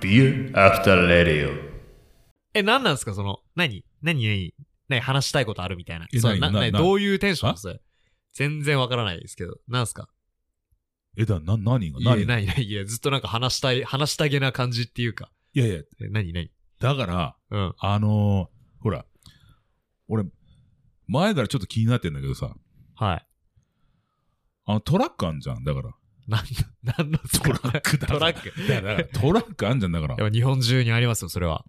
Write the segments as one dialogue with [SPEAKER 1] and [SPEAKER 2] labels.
[SPEAKER 1] Year After Radio
[SPEAKER 2] え、なんなんですかその、何何何何話したいことあるみたいな。
[SPEAKER 3] え
[SPEAKER 2] それ
[SPEAKER 3] ない
[SPEAKER 2] な
[SPEAKER 3] な
[SPEAKER 2] 何
[SPEAKER 3] いない
[SPEAKER 2] どういうテンションそれ全然わからないですけど。なんすか
[SPEAKER 3] え、だ、な、何が
[SPEAKER 2] いや、
[SPEAKER 3] 何が
[SPEAKER 2] ないないいや、ずっとなんか話したい、話したげな感じっていうか。
[SPEAKER 3] いやいや、
[SPEAKER 2] え何何
[SPEAKER 3] だから、
[SPEAKER 2] うん。
[SPEAKER 3] あのーほら、俺、前からちょっと気になってんだけどさ、
[SPEAKER 2] はい。
[SPEAKER 3] あのトラックあんじゃん、だから。
[SPEAKER 2] なん、なんのト
[SPEAKER 3] トラックだ
[SPEAKER 2] トラック。
[SPEAKER 3] いや、だから、トラックあんじゃん、だから。
[SPEAKER 2] やっぱ日本中にありますよ、それは。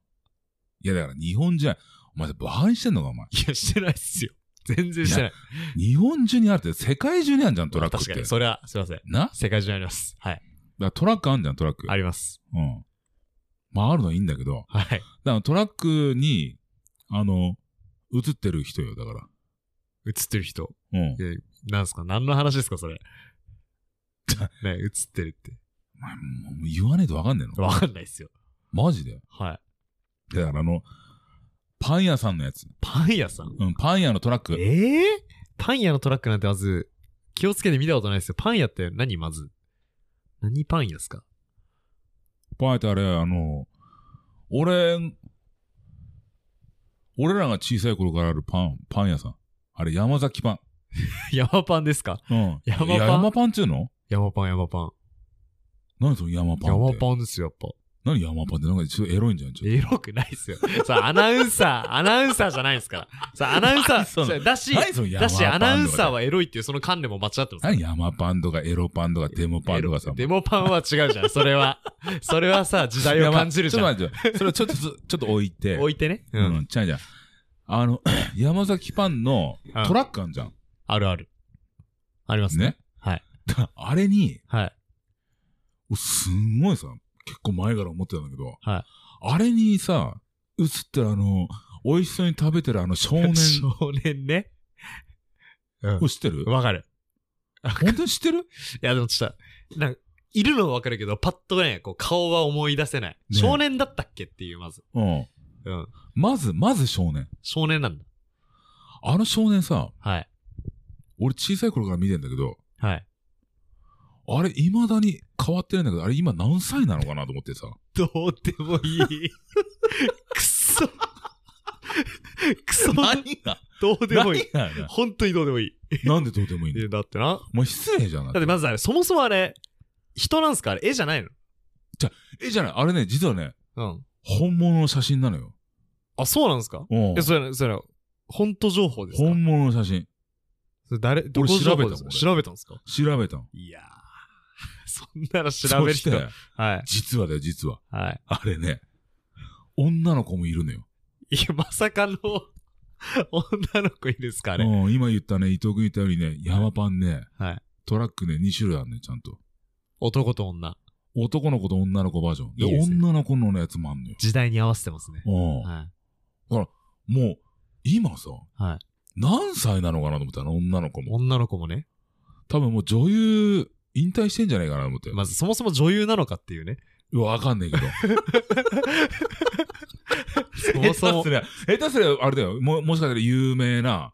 [SPEAKER 3] いや、だから、日本人、お前、バカにしてんのか、お前。
[SPEAKER 2] いや、してないっすよ。全然してない。
[SPEAKER 3] 日本中にあるって、世界中にあるじゃん、トラックって。
[SPEAKER 2] 確かに、それは、すいません。
[SPEAKER 3] なだか
[SPEAKER 2] 世界中にあります。はい。
[SPEAKER 3] らトラックあんじゃん、トラック。
[SPEAKER 2] あります。
[SPEAKER 3] うん。まあ、あるのはいいんだけど、
[SPEAKER 2] はい。
[SPEAKER 3] だからトラックに、あの、映ってる人よ、だから。
[SPEAKER 2] 映ってる人。
[SPEAKER 3] うん
[SPEAKER 2] い。や、なんすか何の話ですか、 それ。ね、映ってるって。
[SPEAKER 3] お前もうもう言わねえとわかんねえの。
[SPEAKER 2] わかんないっすよ。
[SPEAKER 3] マジで。
[SPEAKER 2] はい。
[SPEAKER 3] だから、あの、パン屋さんのやつ。
[SPEAKER 2] パン屋さん
[SPEAKER 3] うん、パン屋のトラック。
[SPEAKER 2] ええパン屋のトラックなんてまず、気をつけて見たことないですよ。パン屋って何まず何パン屋ですか
[SPEAKER 3] パン屋ってあれ、あの、俺、俺らが小さい頃からあるパン、パン屋さん。あれ、山崎パン。
[SPEAKER 2] 山パンですか
[SPEAKER 3] うん。
[SPEAKER 2] 山パン
[SPEAKER 3] いや山パンっちゅうの
[SPEAKER 2] 山パン、山パン。
[SPEAKER 3] 何その山パンって。
[SPEAKER 2] 山パンですよ、やっぱ。
[SPEAKER 3] 何山パンってなんかちょっとエロいんじゃん。ちょっ
[SPEAKER 2] エロくないですよ。さあ、アナウンサー、ア ナウンサーじゃないですから。さあ、アナウンサ
[SPEAKER 3] 何その
[SPEAKER 2] ー、そうだ
[SPEAKER 3] と
[SPEAKER 2] し、
[SPEAKER 3] 何その山
[SPEAKER 2] だ
[SPEAKER 3] パン
[SPEAKER 2] し、アナウンサー
[SPEAKER 3] は。
[SPEAKER 2] はエロいっていう、その観念も間違ってます。
[SPEAKER 3] 何山パンとかエロパンとかデモパンとかさ。
[SPEAKER 2] デモパンは違うじゃん、それ は。それはさ、時代を感じるじ
[SPEAKER 3] い
[SPEAKER 2] ゃ
[SPEAKER 3] や
[SPEAKER 2] ん。
[SPEAKER 3] まあちょっと待ってよそれをちょっとず、ちょっと置いて。
[SPEAKER 2] 置いてね。う。
[SPEAKER 3] うんん、ちゃうじゃん。あの、山崎パンのトラックあんじゃん。
[SPEAKER 2] あるある。ありますね。
[SPEAKER 3] ね。
[SPEAKER 2] はい。
[SPEAKER 3] あれに、
[SPEAKER 2] はい。
[SPEAKER 3] すんごいさ、結構前から思ってたんだけど、
[SPEAKER 2] はい
[SPEAKER 3] あれにさ、映ってるあの、美味しそうに食べてるあの少 年、
[SPEAKER 2] 少年ね。うん
[SPEAKER 3] これ知ってる
[SPEAKER 2] わかる。
[SPEAKER 3] 本当に知ってる
[SPEAKER 2] いや、でもちょっと、なんか、いるのはわかるけど、パッとね、こう、顔は思い出せない。
[SPEAKER 3] ね
[SPEAKER 2] 少年だったっけっていう、まず。
[SPEAKER 3] うん。
[SPEAKER 2] うん。
[SPEAKER 3] まず、まず少年。
[SPEAKER 2] 少年なんだ。
[SPEAKER 3] あの少年さ、
[SPEAKER 2] はい。
[SPEAKER 3] 俺小さい頃から見てんだけど、
[SPEAKER 2] はい。
[SPEAKER 3] あれ未だに変わってないんだけど、あれ今何歳なのかなと思ってさ。
[SPEAKER 2] どうでもい い。くそ。くそ。
[SPEAKER 3] が
[SPEAKER 2] どうでもいい。
[SPEAKER 3] 何が
[SPEAKER 2] 本当にどうでもいい。
[SPEAKER 3] なんでどうでもいい
[SPEAKER 2] い
[SPEAKER 3] の
[SPEAKER 2] やだってな。
[SPEAKER 3] もう失礼じゃない
[SPEAKER 2] だってまずあれ、そもそもあれ、人なんすかあれ、絵じゃないの
[SPEAKER 3] え、じゃないあれね、実はね、
[SPEAKER 2] うん。
[SPEAKER 3] 本物の写真なのよ。
[SPEAKER 2] あ、そうなんすか
[SPEAKER 3] うん
[SPEAKER 2] え、。それ、それ、本当情報ですか
[SPEAKER 3] 本物の写真。
[SPEAKER 2] それ誰、どこ
[SPEAKER 3] 俺調
[SPEAKER 2] 情
[SPEAKER 3] べた
[SPEAKER 2] 報
[SPEAKER 3] もん
[SPEAKER 2] ですか
[SPEAKER 3] 俺
[SPEAKER 2] 調べたんですか
[SPEAKER 3] 調べたの。
[SPEAKER 2] いやー。そんなの調べる人。
[SPEAKER 3] そ
[SPEAKER 2] は
[SPEAKER 3] して
[SPEAKER 2] い。はい。
[SPEAKER 3] 実はだよ、実は。 あれね、女の子もいるのよ。
[SPEAKER 2] いや、まさかの女の子いいですかあれ。
[SPEAKER 3] うん、今言ったね、伊藤君言ったようにね、山パンね、
[SPEAKER 2] はい。
[SPEAKER 3] トラックね、2種類あるね、ちゃんと。
[SPEAKER 2] 男と女。
[SPEAKER 3] 男の子と女の子バージョン。で、
[SPEAKER 2] いいですね
[SPEAKER 3] 女の子のやつもあんのよ。
[SPEAKER 2] 時代に合わせてますね。
[SPEAKER 3] うん。
[SPEAKER 2] は
[SPEAKER 3] もう、今さ、
[SPEAKER 2] い。はい。
[SPEAKER 3] 何歳なのかなと思ったの、女の子も。
[SPEAKER 2] 女の子もね。
[SPEAKER 3] 多分もう女優、引退してんじゃないかなと思って。
[SPEAKER 2] まずそもそも女優なのかっていうね。
[SPEAKER 3] うわわかんないけ ど。
[SPEAKER 2] そ
[SPEAKER 3] 下
[SPEAKER 2] も
[SPEAKER 3] 手
[SPEAKER 2] そも
[SPEAKER 3] すりゃ、下手すりゃ、あれだよ。も、もしかしたら有名な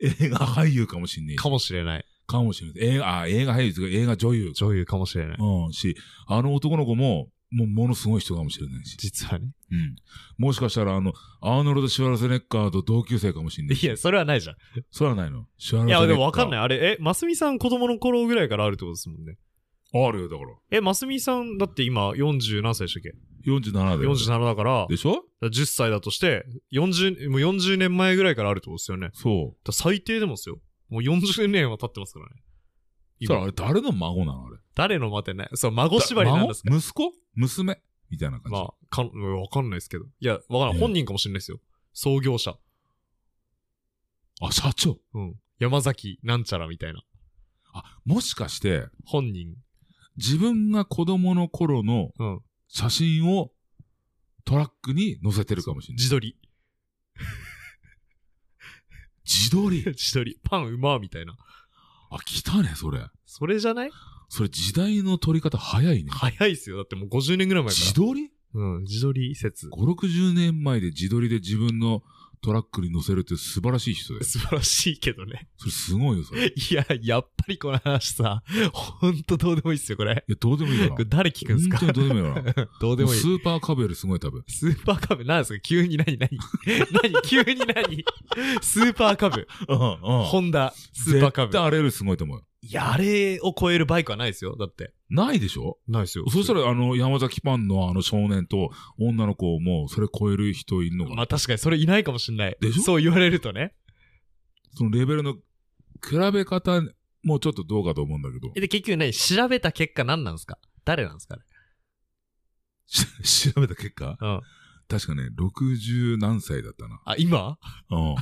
[SPEAKER 3] 映画俳優かもしんねえし
[SPEAKER 2] かもしれない。
[SPEAKER 3] かもしれない。映画、あ、映画俳優とか映画女優。
[SPEAKER 2] 女優かもしれない。
[SPEAKER 3] うん、し、あの男の子も、もうものすごい人かもしれないし。
[SPEAKER 2] 実はね。
[SPEAKER 3] うん。もしかしたら、あの、アーノルド・シュワルツェネッガーと同級生かもしんない。
[SPEAKER 2] いや、それはないじゃん。
[SPEAKER 3] そらないの。シュワル
[SPEAKER 2] い
[SPEAKER 3] ツェネッガ
[SPEAKER 2] や、
[SPEAKER 3] ー。。
[SPEAKER 2] でもわかんないい。あれ、え、ますみさん子供の頃ぐらいからあるってことですもんね。
[SPEAKER 3] あるよ、だから。
[SPEAKER 2] え、ますみさんだって今40何歳でしたっけ
[SPEAKER 3] 47で。
[SPEAKER 2] ?47 だから、
[SPEAKER 3] でしょ
[SPEAKER 2] 10歳だとして、40、もう40年前ぐらいからあるってことですよね。
[SPEAKER 3] そ
[SPEAKER 2] だ最低でもですよ。もう40年は経ってますからね。
[SPEAKER 3] う。そら、あ
[SPEAKER 2] 今、
[SPEAKER 3] れ、誰の孫なのあれ。
[SPEAKER 2] 誰の待てね。そう、孫縛りなんですか
[SPEAKER 3] 孫息子娘みたいな感じ。
[SPEAKER 2] まあ、かん、うんわかんないですけど。いや、わから
[SPEAKER 3] うん
[SPEAKER 2] ん。本人かもしれないですよ。創業者。
[SPEAKER 3] あ、社長。
[SPEAKER 2] うん。山崎なんちゃらみたいな。
[SPEAKER 3] あ、もしかして、
[SPEAKER 2] 本人。
[SPEAKER 3] 自分が子供の頃の
[SPEAKER 2] うん。
[SPEAKER 3] 写真をトラックに載せてるかもしれない。
[SPEAKER 2] 自撮り。
[SPEAKER 3] 自撮り。
[SPEAKER 2] 自撮り。パンうまーみたいな。
[SPEAKER 3] あ、来たね、それ。
[SPEAKER 2] それじゃない
[SPEAKER 3] それ時代の撮り方早いね。
[SPEAKER 2] 早いっすよ。だってもう50年ぐらい前か
[SPEAKER 3] 自撮り
[SPEAKER 2] ら。うん。自撮り説。
[SPEAKER 3] ?5、60年前で自撮りで自分のトラックに乗せるって素晴らしい人だよ。
[SPEAKER 2] 素晴らしいけどね。
[SPEAKER 3] それすごいよ、それ。い
[SPEAKER 2] いや、やっぱりこの話さ、ほんとどうでもいいっすよ、これ。
[SPEAKER 3] や、どうでもいいよな。
[SPEAKER 2] これ誰 聞くんすか
[SPEAKER 3] 本当にどうでもいいよな。
[SPEAKER 2] どうでもい
[SPEAKER 3] ス
[SPEAKER 2] い。
[SPEAKER 3] ーパーカブよりすごい多分。
[SPEAKER 2] スーパーカブ、なんですか急に何何何急に何 スーパーカブ。
[SPEAKER 3] うん、うん。
[SPEAKER 2] ホンダ、スーパーカ
[SPEAKER 3] 絶
[SPEAKER 2] ブ
[SPEAKER 3] 対。あれよりすごいと思うよ。
[SPEAKER 2] いや、あれを超えるバイクはないですよ、だって。
[SPEAKER 3] ないでしょ
[SPEAKER 2] ないですよ
[SPEAKER 3] そしたら、あの、山崎パンのあの少年と女の子も、それ超える人いるのかな、
[SPEAKER 2] まあ確かにそれいないかもしんない。
[SPEAKER 3] でしょ
[SPEAKER 2] そう言われるとね。
[SPEAKER 3] そのレベルの比べ方もちょっとどうかと思うんだけど
[SPEAKER 2] え、で、結局ね、調べた結果何なんですか誰なんですかね
[SPEAKER 3] し調べた結果、
[SPEAKER 2] うん
[SPEAKER 3] 確かね、60何歳だったな。
[SPEAKER 2] あ、今
[SPEAKER 3] うん。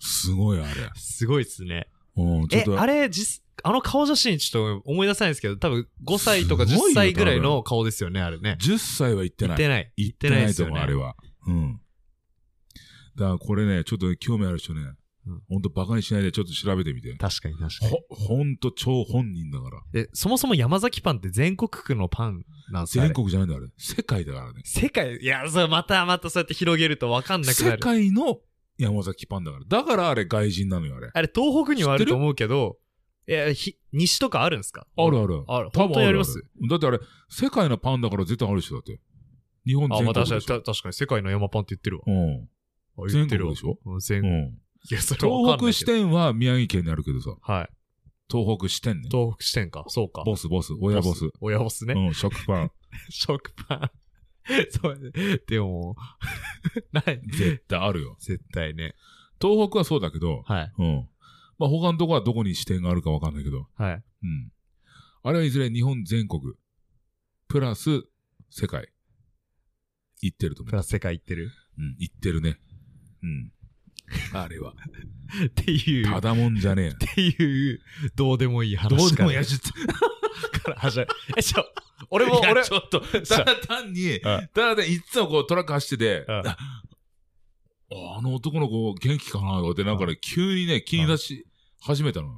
[SPEAKER 3] すごい、あれ。
[SPEAKER 2] すごいっすね。
[SPEAKER 3] うん、ちょっ
[SPEAKER 2] え、
[SPEAKER 3] と、
[SPEAKER 2] あれ、実、あの顔写真ちょっと思い出さないんですけど、多分5歳とか
[SPEAKER 3] すごい
[SPEAKER 2] 10
[SPEAKER 3] よ
[SPEAKER 2] 歳ぐらいの顔ですよね、あれね。
[SPEAKER 3] 10歳は行って
[SPEAKER 2] 言
[SPEAKER 3] な
[SPEAKER 2] っ
[SPEAKER 3] い。
[SPEAKER 2] てない。
[SPEAKER 3] 行って
[SPEAKER 2] 言
[SPEAKER 3] ない
[SPEAKER 2] で
[SPEAKER 3] と
[SPEAKER 2] すよ
[SPEAKER 3] 思う、
[SPEAKER 2] ね
[SPEAKER 3] あれ。は。うん。だからこれね、ちょっとね興味ある人ね、
[SPEAKER 2] うん
[SPEAKER 3] ほんとバカにしないでちょっと調べてみて。
[SPEAKER 2] 確かに確かに。
[SPEAKER 3] ほ、ほんと超本人だから。
[SPEAKER 2] え、そもそも山崎パンって全国区のパンなんですかあれ
[SPEAKER 3] 全国じゃないんだ、あれ。世界だからね。
[SPEAKER 2] 世界、いや、それまたまたそうやって広げるとわかんなくな
[SPEAKER 3] 世
[SPEAKER 2] る。
[SPEAKER 3] 界の山崎パンだから。だからあれ外人なのよ、あれ。
[SPEAKER 2] あれ、東北にはあると思うけど、いや、ひ、西とかあるんですか
[SPEAKER 3] あるある。
[SPEAKER 2] ある。
[SPEAKER 3] 多
[SPEAKER 2] 本当
[SPEAKER 3] 分
[SPEAKER 2] に
[SPEAKER 3] あ
[SPEAKER 2] あり
[SPEAKER 3] るあ
[SPEAKER 2] ま
[SPEAKER 3] る
[SPEAKER 2] す。
[SPEAKER 3] だってあれ、世界のパンだから絶対あるでしょ、だって。日本
[SPEAKER 2] あ、
[SPEAKER 3] 全
[SPEAKER 2] まあ
[SPEAKER 3] 国で
[SPEAKER 2] 確かに、
[SPEAKER 3] しょ。
[SPEAKER 2] た確かに世界の山パンって言ってるわ。
[SPEAKER 3] うん。
[SPEAKER 2] あ言
[SPEAKER 3] 全
[SPEAKER 2] ってる
[SPEAKER 3] 国
[SPEAKER 2] わ
[SPEAKER 3] で。しょ
[SPEAKER 2] うん全
[SPEAKER 3] う
[SPEAKER 2] い
[SPEAKER 3] ん。
[SPEAKER 2] や、それはわ
[SPEAKER 3] 東
[SPEAKER 2] かんな
[SPEAKER 3] 北
[SPEAKER 2] い
[SPEAKER 3] 支
[SPEAKER 2] けど。
[SPEAKER 3] 店は宮城県にあるけどさ、
[SPEAKER 2] はい。
[SPEAKER 3] 東北支店ね。
[SPEAKER 2] 東北支店か。そうか。
[SPEAKER 3] ボスボス、親ボス。。
[SPEAKER 2] 親ボスね。
[SPEAKER 3] うん、食パン。
[SPEAKER 2] 食パン。 そうやね。でも、 ない。
[SPEAKER 3] 絶対あるよ。
[SPEAKER 2] 絶対ね。
[SPEAKER 3] 東北はそうだけど、
[SPEAKER 2] はい。
[SPEAKER 3] うん。まあ他のとこはどこに支店があるかわかんないけど、
[SPEAKER 2] はい。
[SPEAKER 3] うん。あれはいずれ日本全国、プラス世界、行ってると思
[SPEAKER 2] プ
[SPEAKER 3] う。
[SPEAKER 2] ラス世界行ってる。
[SPEAKER 3] うん、行ってるね。 うん。あれは。
[SPEAKER 2] っていう。
[SPEAKER 3] ただもんじゃねえな。
[SPEAKER 2] っていう、どうでもいい話から。
[SPEAKER 3] どうでもいい話
[SPEAKER 2] から始まる。え、ちょ、俺も、
[SPEAKER 3] いや
[SPEAKER 2] 俺、
[SPEAKER 3] ちょっと、ただ単
[SPEAKER 2] う
[SPEAKER 3] に、
[SPEAKER 2] ん
[SPEAKER 3] ただね、いつもこうトラック走ってて、
[SPEAKER 2] うん
[SPEAKER 3] ああの男の子元気かなとかってなんかね、急にね、気に出し始めたの。
[SPEAKER 2] っ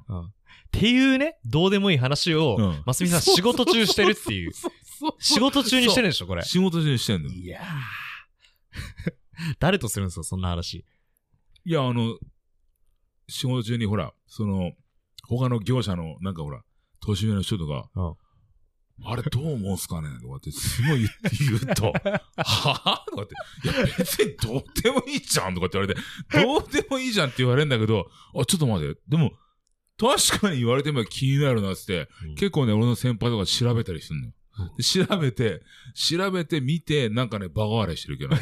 [SPEAKER 2] ていうね、どうでもいい話を、
[SPEAKER 3] うん
[SPEAKER 2] ますみさん
[SPEAKER 3] そう
[SPEAKER 2] 仕事中してるっていう。
[SPEAKER 3] そうそう
[SPEAKER 2] 仕事中にしてるんでしょ、これ。
[SPEAKER 3] 仕事中にしてんのよ。
[SPEAKER 2] いやー。 誰とするんですか、そんな話。
[SPEAKER 3] いや、あの、仕事中にほら、その、他の業者の、なんかほら、年上の人とか、
[SPEAKER 2] うん
[SPEAKER 3] あれどう思うんすかねとかって、すごい言う言うと、 はぁとかって、いや、別にどうでもいいじゃんとかって言われて、どうでもいいじゃんって言われるんだけど、あ、ちょっと待って、でも、確かに言われても気になるなっつって、
[SPEAKER 2] うん
[SPEAKER 3] 結構ね、俺の先輩とか調べたりするのよ
[SPEAKER 2] うん。
[SPEAKER 3] で調べて、調べて、見て、なんかね、バカ笑いしてるけどね、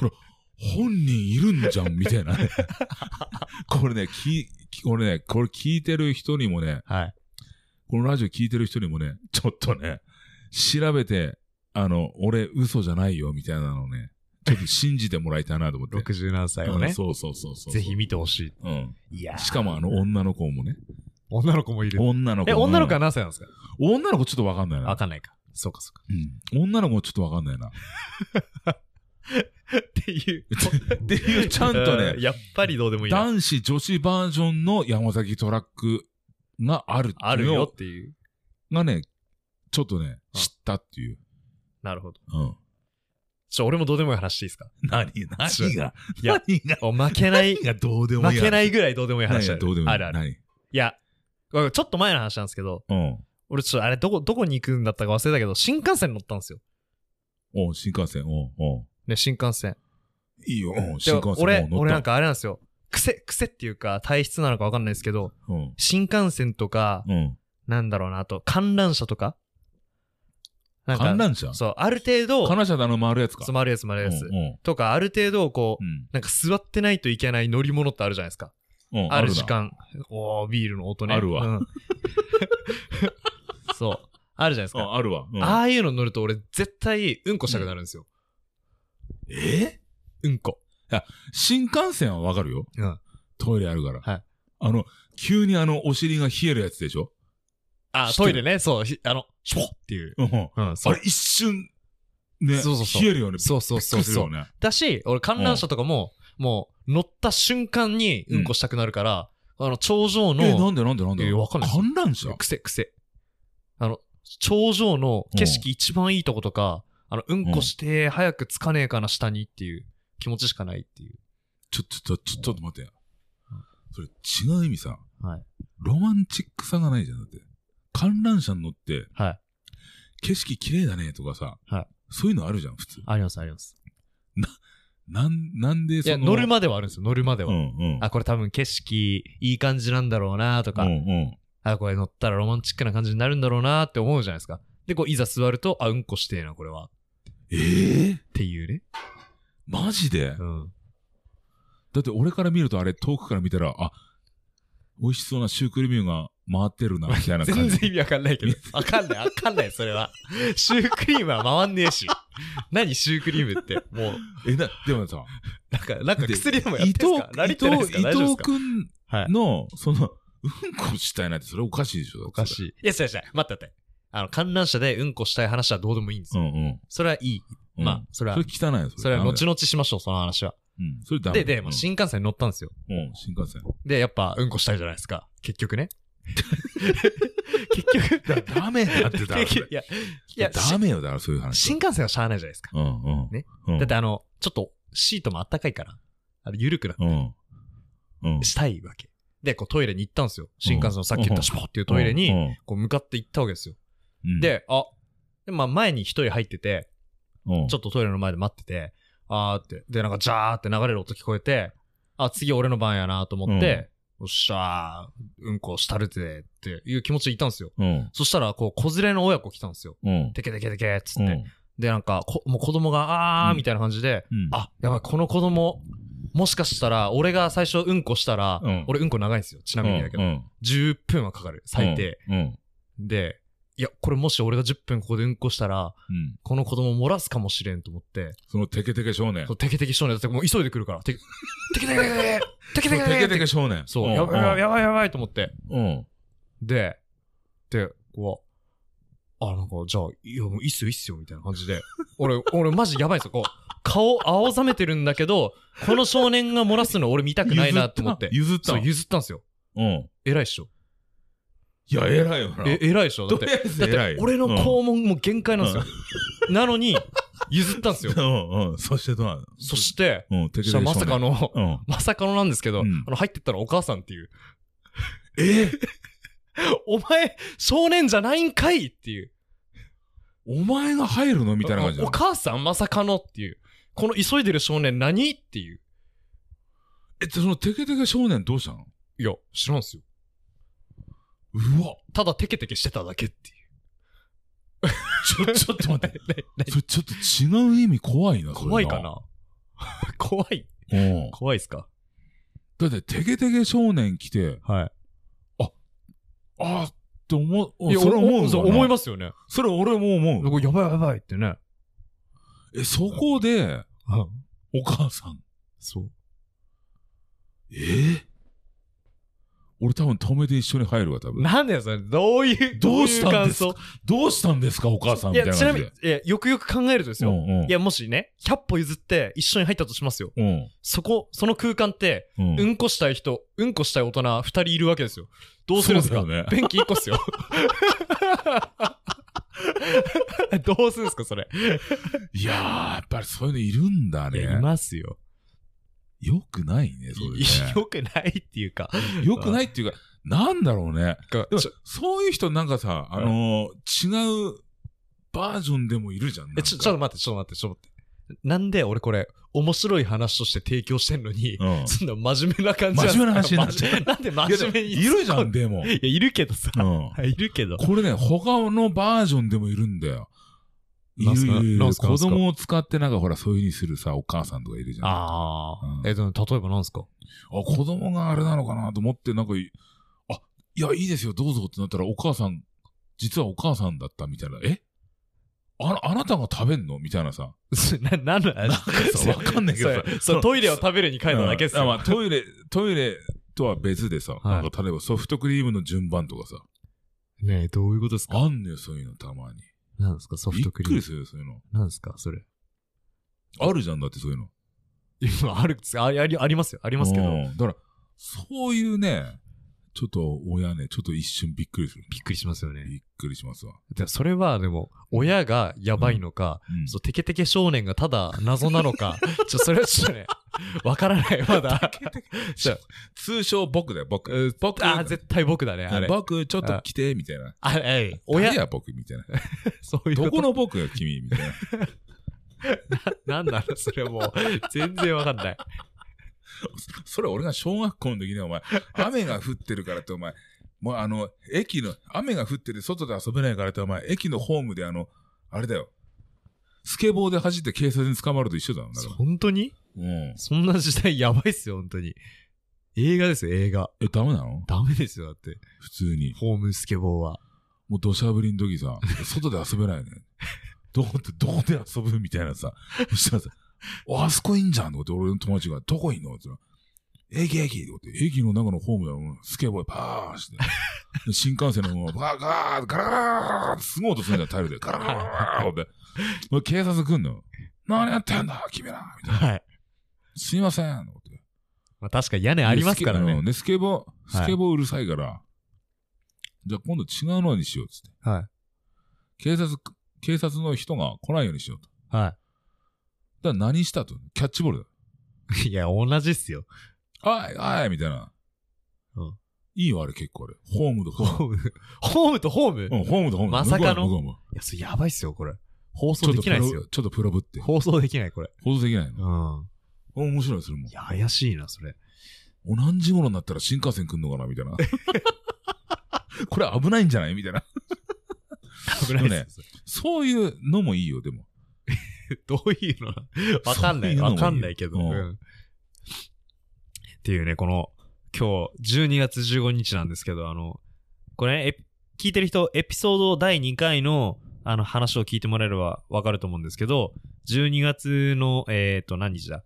[SPEAKER 3] これ、本人いるんじゃん、みたいなね。これね、き、きこれね、これ聞いてる人にもね、
[SPEAKER 2] はい。
[SPEAKER 3] このラジオ聞いてる人にもね、ちょっとね、調べて、あの、俺嘘じゃないよ、みたいなのをね、ちょっと信じてもらいたいなと思って。
[SPEAKER 2] 60何歳を
[SPEAKER 3] うん
[SPEAKER 2] ね、
[SPEAKER 3] そうそうそうそう。
[SPEAKER 2] ぜひ。見てほし
[SPEAKER 3] うん。
[SPEAKER 2] い。いや
[SPEAKER 3] しかもあの、女の子もね。
[SPEAKER 2] 女の子もいる。
[SPEAKER 3] 女の子
[SPEAKER 2] え、
[SPEAKER 3] も
[SPEAKER 2] 女の子は何歳なんですか
[SPEAKER 3] 女の子ちょっとわかんない
[SPEAKER 2] わ
[SPEAKER 3] な。
[SPEAKER 2] かんないか。そうか、そうか。
[SPEAKER 3] うん。女の子ちょっとわかんないな。
[SPEAKER 2] っていう。
[SPEAKER 3] っていう、ちゃんとね
[SPEAKER 2] う、やっぱりどうでもいいな。
[SPEAKER 3] 男子女子バージョンの山崎トラックがあるっていうの
[SPEAKER 2] あるよっていう。
[SPEAKER 3] がね、ちょっとね、
[SPEAKER 2] うん
[SPEAKER 3] 知ったっていう。
[SPEAKER 2] なるほど。
[SPEAKER 3] うん。
[SPEAKER 2] ちょ、俺もどうでもいい話してい いですか
[SPEAKER 3] 何、
[SPEAKER 2] 何
[SPEAKER 3] が、
[SPEAKER 2] いや、
[SPEAKER 3] 何が、
[SPEAKER 2] お負けない
[SPEAKER 3] 何、がどうでもいい。
[SPEAKER 2] 負けないいぐらいどうでもいい話ある。
[SPEAKER 3] どうでもいい。
[SPEAKER 2] あるある。
[SPEAKER 3] 何
[SPEAKER 2] いや、これちょっと前の話なんですけど、
[SPEAKER 3] うん。
[SPEAKER 2] 俺ちょっとあれどこ、どこに行くんだったか忘れたけど、新幹線乗ったんですよ。
[SPEAKER 3] おう新幹線、おうおう
[SPEAKER 2] ね、新幹線。
[SPEAKER 3] いいよ、おう
[SPEAKER 2] で
[SPEAKER 3] 新幹線。おう乗
[SPEAKER 2] 俺
[SPEAKER 3] っ、た
[SPEAKER 2] 俺なんかあれなんですよ。癖、癖っていうか体質なのかわかんないですけど、
[SPEAKER 3] うん。
[SPEAKER 2] 新幹線とか、
[SPEAKER 3] うん。
[SPEAKER 2] なんだろうな、あと観覧車とか。な
[SPEAKER 3] 観覧車
[SPEAKER 2] そう、ある程度、
[SPEAKER 3] 観覧車であの回るやつか。
[SPEAKER 2] そう回るやつ回るやつ
[SPEAKER 3] うん。う
[SPEAKER 2] とか、ある程度こう、
[SPEAKER 3] ん。
[SPEAKER 2] なんか座ってないといけない乗り物ってあるじゃないですか。
[SPEAKER 3] うんうん。
[SPEAKER 2] ある
[SPEAKER 3] な
[SPEAKER 2] 時。間。おー、ビールの音ね。
[SPEAKER 3] あるわ
[SPEAKER 2] うん そう。あるじゃないです
[SPEAKER 3] う
[SPEAKER 2] か。
[SPEAKER 3] ん、あるわ。うん
[SPEAKER 2] ああいうの乗ると俺絶対うんこしたくなるんですよ。
[SPEAKER 3] え
[SPEAKER 2] うんこ。
[SPEAKER 3] 新幹線はわかるよ。
[SPEAKER 2] うん。
[SPEAKER 3] トイレあるから。
[SPEAKER 2] はい。
[SPEAKER 3] あの、急にあの、お尻が冷えるやつでしょ
[SPEAKER 2] あ、
[SPEAKER 3] 知って
[SPEAKER 2] ト
[SPEAKER 3] る
[SPEAKER 2] イレね。そう。ひあの、シュポッっていう。
[SPEAKER 3] うんうん。
[SPEAKER 2] うん、そ
[SPEAKER 3] あ
[SPEAKER 2] う
[SPEAKER 3] れ一瞬、ね、
[SPEAKER 2] そうそうそう
[SPEAKER 3] 冷えるよね。
[SPEAKER 2] そうそうそう
[SPEAKER 3] びっくりする
[SPEAKER 2] そ
[SPEAKER 3] よ
[SPEAKER 2] う。
[SPEAKER 3] ね。
[SPEAKER 2] だし、俺観覧車とかも、もう乗った瞬間にうんこしたくなるから、あの、頂上
[SPEAKER 3] え、な
[SPEAKER 2] の、
[SPEAKER 3] んでなんでなんで
[SPEAKER 2] いやわかんない
[SPEAKER 3] 観覧車
[SPEAKER 2] くせくせ。あの、頂上の景色一番いいとことか、あの、うんこして早くつかねえかな下にっていう気持ちしかないっていう。
[SPEAKER 3] ちょ、ちょ、ちょ、ちょっと待って。それ違う意味さ。
[SPEAKER 2] はい
[SPEAKER 3] ロマンチックさがないじゃん。だって。観覧車に乗って、
[SPEAKER 2] はい
[SPEAKER 3] 景色綺麗だねとかさ、
[SPEAKER 2] はい
[SPEAKER 3] そういうのあるじゃん、普通。
[SPEAKER 2] あります、あります。
[SPEAKER 3] なん、なんで
[SPEAKER 2] い
[SPEAKER 3] そ
[SPEAKER 2] や、
[SPEAKER 3] の。
[SPEAKER 2] 乗るまではあるんですよ、乗るまで
[SPEAKER 3] う
[SPEAKER 2] は。
[SPEAKER 3] んうん。
[SPEAKER 2] あ、これ多分景色いい感じなんだろうなとか、
[SPEAKER 3] うんうん。
[SPEAKER 2] あ、これ乗ったらロマンチックな感じになるんだろうなって思うじゃないですか。で、こう、いざ座ると、あ、うんこしてえな、これは。っ
[SPEAKER 3] ええ
[SPEAKER 2] ていうね。
[SPEAKER 3] マジで、
[SPEAKER 2] うん。
[SPEAKER 3] だって俺から見るとあれ、遠くから見たら、あ、美味しそうなシュークリームが回ってるな、みたいな
[SPEAKER 2] 全
[SPEAKER 3] 感じ。
[SPEAKER 2] 然意味わかんないけど。わかんない、わかんない、それは。シュークリームは回んねえ し。何、シュークリームって。もう、
[SPEAKER 3] え、だ、でもさ、
[SPEAKER 2] なんか、なんか
[SPEAKER 3] で
[SPEAKER 2] 薬でもやって
[SPEAKER 3] 伊
[SPEAKER 2] んす
[SPEAKER 3] 藤
[SPEAKER 2] か、ラリ
[SPEAKER 3] 伊
[SPEAKER 2] ってないです
[SPEAKER 3] 藤、
[SPEAKER 2] か
[SPEAKER 3] 伊
[SPEAKER 2] 大丈夫で
[SPEAKER 3] 藤
[SPEAKER 2] すか
[SPEAKER 3] くん
[SPEAKER 2] はい。
[SPEAKER 3] の、その、うんこしたいなって、それおかしいでしょ
[SPEAKER 2] おかしい。いや、違う違う。待って待って。あの、観覧車でうんこしたい話はどうでもいいんです
[SPEAKER 3] うん
[SPEAKER 2] よ。
[SPEAKER 3] うん
[SPEAKER 2] それはいい。
[SPEAKER 3] うん。
[SPEAKER 2] まあ、それは
[SPEAKER 3] それ、汚いよ、それ。
[SPEAKER 2] それは
[SPEAKER 3] ダメだ
[SPEAKER 2] 後
[SPEAKER 3] よ
[SPEAKER 2] 々しましょう、その話は。
[SPEAKER 3] うん、それダメ
[SPEAKER 2] で、で、まあ、新幹線に乗ったんですよ。
[SPEAKER 3] うん、うん新幹線。
[SPEAKER 2] で、やっぱ、うんこしたいじゃないですか。結局ね。結局。
[SPEAKER 3] ダメだって、だ
[SPEAKER 2] 結 局いや、いや、
[SPEAKER 3] ダメよ、だからそういう
[SPEAKER 2] し
[SPEAKER 3] 話。
[SPEAKER 2] 新幹線はしゃあないじゃないですか。
[SPEAKER 3] うんうん。
[SPEAKER 2] ね
[SPEAKER 3] うん。
[SPEAKER 2] だってあの、ちょっとシートもあったかいから、あれ緩くなっ
[SPEAKER 3] うん。うん。
[SPEAKER 2] したいわけ。で、こうトイレに行ったんですよ。新幹線のさっき言ったシュポっていうトイレ
[SPEAKER 3] う
[SPEAKER 2] に、
[SPEAKER 3] ん、
[SPEAKER 2] こう向かって行ったわけですよ。
[SPEAKER 3] うん、
[SPEAKER 2] で、あ、で、まあ前に一人入ってて、
[SPEAKER 3] うん、
[SPEAKER 2] ちょっとトイレの前で待ってて、あーって、で、なんかジャーって流れる音聞こえて、あ、次俺の番やなと思って、おっしゃー、うんこしたるぜっていう気持ちでいたんですよ。
[SPEAKER 3] うん、
[SPEAKER 2] そしたら、こう、子連れの親子来たんですよ。
[SPEAKER 3] うん。
[SPEAKER 2] てけてけてけっつ
[SPEAKER 3] う
[SPEAKER 2] っ
[SPEAKER 3] ん、
[SPEAKER 2] て。で、なんか、こもう子供が、あー
[SPEAKER 3] うん
[SPEAKER 2] みたいな感じで、
[SPEAKER 3] うん、
[SPEAKER 2] あ、やばい、この子供、もしかしたら、俺が最初うんこしたら、
[SPEAKER 3] うん
[SPEAKER 2] 俺うんこ長いんですよ。ちなみにだけど。
[SPEAKER 3] うん、
[SPEAKER 2] 10分はかかる、最低。
[SPEAKER 3] うん。うん。
[SPEAKER 2] で、いや、これもし俺が10分ここでうんこしたら、
[SPEAKER 3] うん
[SPEAKER 2] この子供漏らすかもしれんと思って、
[SPEAKER 3] そのテケテケ少年。
[SPEAKER 2] そ
[SPEAKER 3] そう
[SPEAKER 2] テケテケ少年だってもう急いでくるから、テケテケテケテケテケテケ
[SPEAKER 3] の
[SPEAKER 2] テ
[SPEAKER 3] テ
[SPEAKER 2] ケ
[SPEAKER 3] ケテケ少年。
[SPEAKER 2] そう、
[SPEAKER 3] ん
[SPEAKER 2] やばいやばいやばいやばいと思って。
[SPEAKER 3] うん。
[SPEAKER 2] で、で、こう、あ、なんか、じゃあ、いや、もういいっすよ、いいっすよ、みたいな感じで。俺、俺、マジやばいっすよ。こう、顔、青ざめてるんだけど、この少年が漏らすの俺見たくないなと思って。
[SPEAKER 3] 譲った。
[SPEAKER 2] そう、
[SPEAKER 3] 譲っ
[SPEAKER 2] 譲ったんですよ。
[SPEAKER 3] たうん。
[SPEAKER 2] 偉いっしょ。
[SPEAKER 3] いや、偉いよな。
[SPEAKER 2] え、偉いっしょ。だっ
[SPEAKER 3] とりあ
[SPEAKER 2] て、
[SPEAKER 3] えず
[SPEAKER 2] だっ
[SPEAKER 3] 偉い
[SPEAKER 2] て
[SPEAKER 3] よ。
[SPEAKER 2] 俺の
[SPEAKER 3] う
[SPEAKER 2] 肛門もう限界なんですよ。なのに、譲ったんです よ。
[SPEAKER 3] んうん、うん。そしてどうなの
[SPEAKER 2] そして、
[SPEAKER 3] うん、テケ
[SPEAKER 2] そし
[SPEAKER 3] テ
[SPEAKER 2] たら
[SPEAKER 3] ケ少年。
[SPEAKER 2] まさかの、
[SPEAKER 3] うん。
[SPEAKER 2] まさかのなんですけど、
[SPEAKER 3] うん
[SPEAKER 2] あの入ってったらお母さんっていう。
[SPEAKER 3] え
[SPEAKER 2] お前、少年じゃないんかいっていう。
[SPEAKER 3] お前が入るのみたいな感じ
[SPEAKER 2] お。母さんまさかのっていう。この急いでる少年何っていう。
[SPEAKER 3] え、そのテケテケ少年どうしたの
[SPEAKER 2] いや、知らんすよ。
[SPEAKER 3] うわ。
[SPEAKER 2] ただテケテケしてただけっていう。
[SPEAKER 3] ち ょ、ちょっと待って。
[SPEAKER 2] ねね
[SPEAKER 3] それちょっと違う意味怖いな、それ
[SPEAKER 2] 怖いかな 怖い
[SPEAKER 3] うん。
[SPEAKER 2] 怖いっすか
[SPEAKER 3] だって、テケテケ少年来て、
[SPEAKER 2] は
[SPEAKER 3] あーって思う、
[SPEAKER 2] いや、
[SPEAKER 3] それ思う
[SPEAKER 2] 俺
[SPEAKER 3] わな
[SPEAKER 2] そう思いますよね。
[SPEAKER 3] それ俺も思う。
[SPEAKER 2] これやばいやばいってね。
[SPEAKER 3] え、そこで、
[SPEAKER 2] うん。
[SPEAKER 3] お母さん。
[SPEAKER 2] そう。
[SPEAKER 3] えー俺多分止めて一緒に入るわ、多分。
[SPEAKER 2] なんだよ、それ。どういう、
[SPEAKER 3] どうしたん
[SPEAKER 2] 感
[SPEAKER 3] です
[SPEAKER 2] 想
[SPEAKER 3] かどうしたんですか、お母さん
[SPEAKER 2] い
[SPEAKER 3] みたい
[SPEAKER 2] や、
[SPEAKER 3] な
[SPEAKER 2] ちな
[SPEAKER 3] 感
[SPEAKER 2] み
[SPEAKER 3] じ
[SPEAKER 2] に
[SPEAKER 3] で。、
[SPEAKER 2] いや、よくよく考えるとですよ。
[SPEAKER 3] うんうん
[SPEAKER 2] いや、もしね、100歩譲って一緒に入ったとしますよ。
[SPEAKER 3] うん
[SPEAKER 2] そこ、その空間って、
[SPEAKER 3] うん
[SPEAKER 2] うんこしたい人、うんこしたい大人2人いるわけですよ。どうするんですか、
[SPEAKER 3] そうだよね
[SPEAKER 2] 便器1個っ すよ。どうするんですかそれ。
[SPEAKER 3] いやー、やっぱりそういうのいるんだね。
[SPEAKER 2] ますよ。
[SPEAKER 3] よくないね、それ、ね。
[SPEAKER 2] よくないっていうか。
[SPEAKER 3] よくないっていうか、なんだろうね。でも
[SPEAKER 2] ちょ、
[SPEAKER 3] そういう人なんかさ、あのー違うバージョンでもいるじゃん。なん
[SPEAKER 2] え
[SPEAKER 3] か
[SPEAKER 2] ちょ、ちょっと待って、ちょっと待って、ちょっと待って。なんで俺これ、面白い話として提供してんのに、
[SPEAKER 3] うん
[SPEAKER 2] そんな真面目な感じ
[SPEAKER 3] 真面目な話になっちゃう
[SPEAKER 2] 真面 目なんで
[SPEAKER 3] いや
[SPEAKER 2] 真面目に。
[SPEAKER 3] でもいるじゃん、。でも。
[SPEAKER 2] いや、いるけどさ。
[SPEAKER 3] うん。
[SPEAKER 2] いるけど。
[SPEAKER 3] これね、他のバージョンでもいるんだよ。い
[SPEAKER 2] なん
[SPEAKER 3] る
[SPEAKER 2] す
[SPEAKER 3] い
[SPEAKER 2] か
[SPEAKER 3] るいる
[SPEAKER 2] なん
[SPEAKER 3] 子
[SPEAKER 2] すかなんすか
[SPEAKER 3] 供を使ってなんかほら、そういう風にするさ、お母さんとかいるじゃん。
[SPEAKER 2] ああ。
[SPEAKER 3] うん
[SPEAKER 2] え、でも例えばなんすか
[SPEAKER 3] あ、子供があれなのかなと思って、なんかい、あ、いや、いいですよ、どうぞってなったら、お母さん、実はお母さんだったみたいな、えああなたが食べんのみたいなさ。
[SPEAKER 2] な、なんの話
[SPEAKER 3] そうわかんないけどさ
[SPEAKER 2] そうそう、トイレを食べるに変えただけっす
[SPEAKER 3] う
[SPEAKER 2] よ。
[SPEAKER 3] んあまあ、トイレ、トイレとは別でさ、
[SPEAKER 2] はい
[SPEAKER 3] なんか例えばソフトクリームの順番とかさ、
[SPEAKER 2] ねえ、どういうことですか
[SPEAKER 3] あんのよ、そういうのたまに。
[SPEAKER 2] なんですかソフ
[SPEAKER 3] びっ
[SPEAKER 2] トク
[SPEAKER 3] く
[SPEAKER 2] リー
[SPEAKER 3] りするよ、そういうの。
[SPEAKER 2] ム。なんですかそ れ。
[SPEAKER 3] あるじゃんだって、そういうの。
[SPEAKER 2] 今ある、あありありますよ。あり
[SPEAKER 3] い
[SPEAKER 2] ますけど。
[SPEAKER 3] だから、そういうね、ちょっと親ね、ちょっと一瞬びっくりする。
[SPEAKER 2] びっくりしますよね。
[SPEAKER 3] びっくりしますわ。
[SPEAKER 2] でそれはでも、親がやばいのか、
[SPEAKER 3] うん
[SPEAKER 2] そうテケテケ少年がただ謎なのか、 ちょそれはちょっと ね、わからない、まだ。そう
[SPEAKER 3] 通称僕だよ、僕。僕、
[SPEAKER 2] あー、絶対僕だね、あれ。
[SPEAKER 3] 僕、ちょっと来て、みたいな。
[SPEAKER 2] あえい
[SPEAKER 3] 親
[SPEAKER 2] 親、
[SPEAKER 3] や、僕、みたい な。
[SPEAKER 2] そういう
[SPEAKER 3] ど
[SPEAKER 2] と
[SPEAKER 3] この僕よ、君、みたいな。
[SPEAKER 2] なんなのそれもう、全然わかんない。
[SPEAKER 3] それ俺が小学校の時にお前、雨が降ってるからってお前、もうあの、駅の、雨が降ってて外で遊べないからってお前、駅のホームであの、あれだよ。スケボーで走って警察に捕まると一緒だもんだから。
[SPEAKER 2] 本当に
[SPEAKER 3] うん。
[SPEAKER 2] そんな時代やばいっすよ、本当に。映画ですよ、映画。
[SPEAKER 3] え、ダメなの
[SPEAKER 2] ダメですよ、だって。
[SPEAKER 3] 普通に。
[SPEAKER 2] ホームスケボーは。
[SPEAKER 3] もう土砂降りの時さ、 外で遊べないね。どこって、どこで遊ぶみたいなさ。そしたらさ、おあそこいいんじゃんとかって俺の友達が、どこいんのって言ったら駅駅とかって、駅の中のホームでうんスケボーでパーンして。で新幹線のもう、ガーガーガラガラガラガラってすごい音するんだよ、タイルで。ガラガラガラガラって。俺警察来んのよ。何やってんだ君らみたいな。
[SPEAKER 2] はい。
[SPEAKER 3] すいませんとかって。
[SPEAKER 2] まあ確かに屋根ありますから
[SPEAKER 3] でスケう
[SPEAKER 2] ね
[SPEAKER 3] ん。で、スケボー、
[SPEAKER 2] はい
[SPEAKER 3] スケボーうるさいから、じゃあ今度違うのにしようっつって。
[SPEAKER 2] は
[SPEAKER 3] 警察、警察の人が来ないようにしようと。
[SPEAKER 2] い。は
[SPEAKER 3] だから何したと。キャッチボールだ。
[SPEAKER 2] い。いや、同じっ すよ。
[SPEAKER 3] あい、あい、みたいな。
[SPEAKER 2] うん
[SPEAKER 3] いいよ、あれ結構あれ。ホームとホー
[SPEAKER 2] ホーム。ホームとホーム、
[SPEAKER 3] ム。
[SPEAKER 2] い
[SPEAKER 3] うん、ホームとホーム。
[SPEAKER 2] まさかの
[SPEAKER 3] 向こうは向こうはい
[SPEAKER 2] や、それやばいっすよ、これ。放
[SPEAKER 3] ちょ
[SPEAKER 2] 送
[SPEAKER 3] っ
[SPEAKER 2] で
[SPEAKER 3] と
[SPEAKER 2] き
[SPEAKER 3] プ
[SPEAKER 2] ないっ
[SPEAKER 3] ロ
[SPEAKER 2] すよ。
[SPEAKER 3] ちょっとプロぶって。
[SPEAKER 2] 放送できない、これ。
[SPEAKER 3] 放送できないの。
[SPEAKER 2] うん。
[SPEAKER 3] 面白い、それも
[SPEAKER 2] い。や、怪しいな、それ。
[SPEAKER 3] お何時頃になったら新幹線来んのかなみたいな。 これ危ないんじゃないみたいな。
[SPEAKER 2] 危ないっすよ
[SPEAKER 3] でもねそういうのもいいよ、でも。
[SPEAKER 2] どういう のわかんな
[SPEAKER 3] そういう
[SPEAKER 2] い。
[SPEAKER 3] のもい
[SPEAKER 2] わ
[SPEAKER 3] い
[SPEAKER 2] かんないけど。
[SPEAKER 3] うん
[SPEAKER 2] うんっていうね、この、今日、12月15日なんですけど、あの、これ、ね、え聞いてる人、エピソード第2回の、あの、話を聞いてもらえればわかると思うんですけど、12月の、えっ、と、何日だ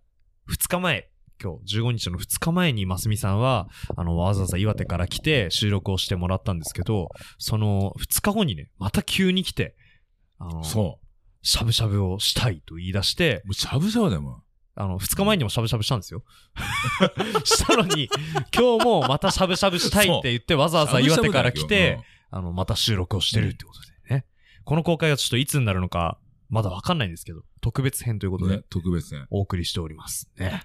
[SPEAKER 2] ?2 日前。今日、15日の2日前に、ますみさんは、あの、わざわざ岩手から来て収録をしてもらったんですけど、その、2日後にね、また急に来て、あの、
[SPEAKER 3] そ
[SPEAKER 2] しゃぶしゃぶをしたいと言い出して
[SPEAKER 3] う。、もうしゃぶしゃぶだよ、も
[SPEAKER 2] あの、二日前にもしゃぶしゃぶしたんですよ。 したのに、今日もまたしゃぶしゃぶしたいって言って、わざ
[SPEAKER 3] う。
[SPEAKER 2] わざ岩手から
[SPEAKER 3] しゃぶしゃぶだよ
[SPEAKER 2] 来て、、あの、また収録をしてるってことでね。この公開がちょっといつになるのか、まだわかんないんですけど、特別編というこ
[SPEAKER 3] 今
[SPEAKER 2] と
[SPEAKER 3] 日
[SPEAKER 2] で
[SPEAKER 3] ね、特別ね。
[SPEAKER 2] お送りしております。ね。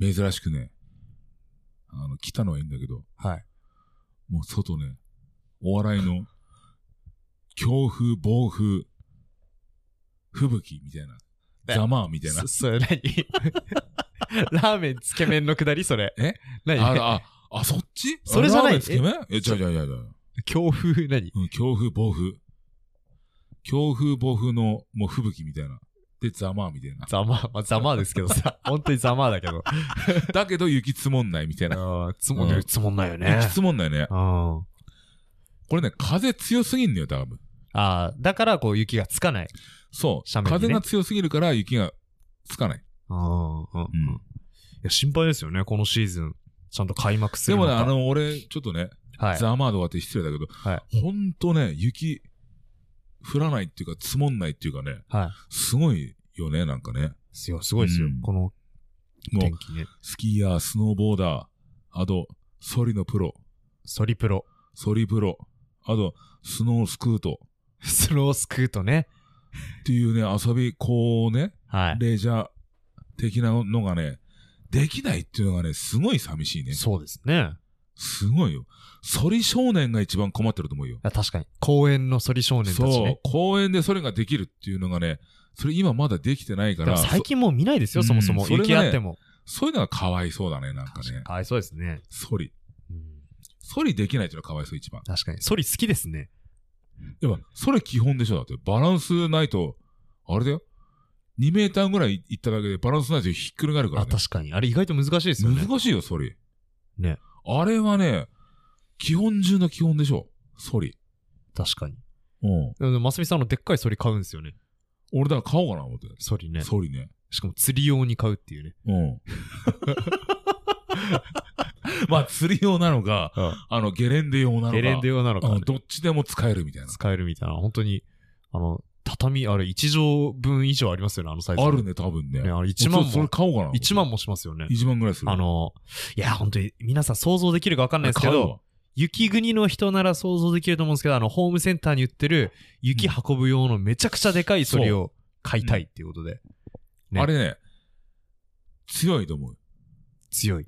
[SPEAKER 3] 珍しくね、あの、来たのはいいんだけど、
[SPEAKER 2] はい。
[SPEAKER 3] もう外ね、お笑いの、強風、暴風、吹雪みたいな、
[SPEAKER 2] ね
[SPEAKER 3] ざまあみたいな
[SPEAKER 2] そ、。 それ何ラーメンつけ麺のくだりそれ。
[SPEAKER 3] え
[SPEAKER 2] 何
[SPEAKER 3] あら、あ、あ、そっち
[SPEAKER 2] それじゃない
[SPEAKER 3] ラーメンつけ麺え、じゃじゃじゃじゃ。
[SPEAKER 2] 強風何
[SPEAKER 3] うん、強風、暴風。強風、暴風の、もう吹雪みたいな。で、ざまあみたいな。
[SPEAKER 2] ざまあ、まあ、ざまあですけどさ。本当にざまあだけ ど。
[SPEAKER 3] だけど雪積もんないみたいな。
[SPEAKER 2] ああ、つもんない、つもんないよ ね。
[SPEAKER 3] 雪積もんないね。
[SPEAKER 2] うん。
[SPEAKER 3] これね、風強すぎんのよ、多分。
[SPEAKER 2] ああ、だからこう雪がつかない。
[SPEAKER 3] そう。
[SPEAKER 2] 斜面にね
[SPEAKER 3] 風が強すぎるから雪がつかない。
[SPEAKER 2] ああ、うん。
[SPEAKER 3] うん
[SPEAKER 2] いや、心配ですよね、このシーズン。ちゃんと開幕す
[SPEAKER 3] で
[SPEAKER 2] る
[SPEAKER 3] も
[SPEAKER 2] の
[SPEAKER 3] ね、
[SPEAKER 2] か。
[SPEAKER 3] あの、俺、ちょっとね、
[SPEAKER 2] はい。
[SPEAKER 3] ザマードはって失礼だけど、
[SPEAKER 2] は
[SPEAKER 3] ほんとね、雪、降らないっていうか、積もんないっていうかね、
[SPEAKER 2] はい。
[SPEAKER 3] すごいよね、なんかね。
[SPEAKER 2] すごい、すごいですよ、
[SPEAKER 3] うん
[SPEAKER 2] この
[SPEAKER 3] もう
[SPEAKER 2] 天、気ね。
[SPEAKER 3] スキーヤー、スノーボーダー、あと、ソリのプロ、
[SPEAKER 2] ソリプロ、
[SPEAKER 3] ソリプロ、あと、スノースクート
[SPEAKER 2] スロースクートね。
[SPEAKER 3] っていうね、遊び、こうね、
[SPEAKER 2] はい。
[SPEAKER 3] レジャー的なのがね、できないっていうのがね、すごい寂しいね。
[SPEAKER 2] そうですね。
[SPEAKER 3] すごいよ。ソリ少年が一番困ってると思うよ。
[SPEAKER 2] あ確かに。公園のソリ少年たち
[SPEAKER 3] そう
[SPEAKER 2] ね。、
[SPEAKER 3] 公園でそれができるっていうのがね、それ今まだできてないか
[SPEAKER 2] でも
[SPEAKER 3] ら、
[SPEAKER 2] 最近もう見ないですよ、
[SPEAKER 3] そ
[SPEAKER 2] そもそ
[SPEAKER 3] うん
[SPEAKER 2] も。
[SPEAKER 3] それがね
[SPEAKER 2] 雪あっても。
[SPEAKER 3] そそういうのがかわいそうだね、なんか
[SPEAKER 2] 確か
[SPEAKER 3] ね
[SPEAKER 2] に。。かわいそうですね。
[SPEAKER 3] ソリ。
[SPEAKER 2] うん
[SPEAKER 3] ソリできないっていうのがかわいそう、一番。
[SPEAKER 2] 確かに。ソリ好きですね。
[SPEAKER 3] やっぱ、それ基本でしょ、だって。バランスないと、あれだよ。2メーターぐらい行っただけでバランスないとひっくり返るから
[SPEAKER 2] あ、
[SPEAKER 3] ね。
[SPEAKER 2] 確かに。あれ意外と難しいですよね。
[SPEAKER 3] 難しいよ、ソリ。
[SPEAKER 2] ね。
[SPEAKER 3] あれはね、基本中の基本でしょ、ソリ。
[SPEAKER 2] 確かに。
[SPEAKER 3] うん。
[SPEAKER 2] でもますみさんあのでっかいソリ買うんですよね。
[SPEAKER 3] 俺だから買おうかな、思って。
[SPEAKER 2] ソリね。
[SPEAKER 3] ソリね。
[SPEAKER 2] しかも釣り用に買うっていうね。
[SPEAKER 3] うん。 まあ、釣り用なのか、あの、ゲレンデ用なのか。
[SPEAKER 2] ゲレンデ用なのか、
[SPEAKER 3] うんどっちでも使えるみたいな。
[SPEAKER 2] 使えるみたいな、本当に、あの、畳、あれ1畳分以上ありますよね、あのサイズ。
[SPEAKER 3] あるね、多分ね。
[SPEAKER 2] ねあれ
[SPEAKER 3] ち
[SPEAKER 2] 1
[SPEAKER 3] ょっ
[SPEAKER 2] 万
[SPEAKER 3] とそれ
[SPEAKER 2] も、
[SPEAKER 3] 買おうかな。
[SPEAKER 2] 1万もしますよね。
[SPEAKER 3] 1万ぐらいする。
[SPEAKER 2] あの、いや、本当に皆さん想像できるか分かんないですけ
[SPEAKER 3] 買う
[SPEAKER 2] ど、
[SPEAKER 3] わ、
[SPEAKER 2] 雪国の人なら想像できると思うんですけど、あの、ホームセンターに売ってる雪運ぶ用のめちゃくちゃでかいソリを買いたいっていうことで、ね
[SPEAKER 3] あれね、強いと思う。
[SPEAKER 2] 強い。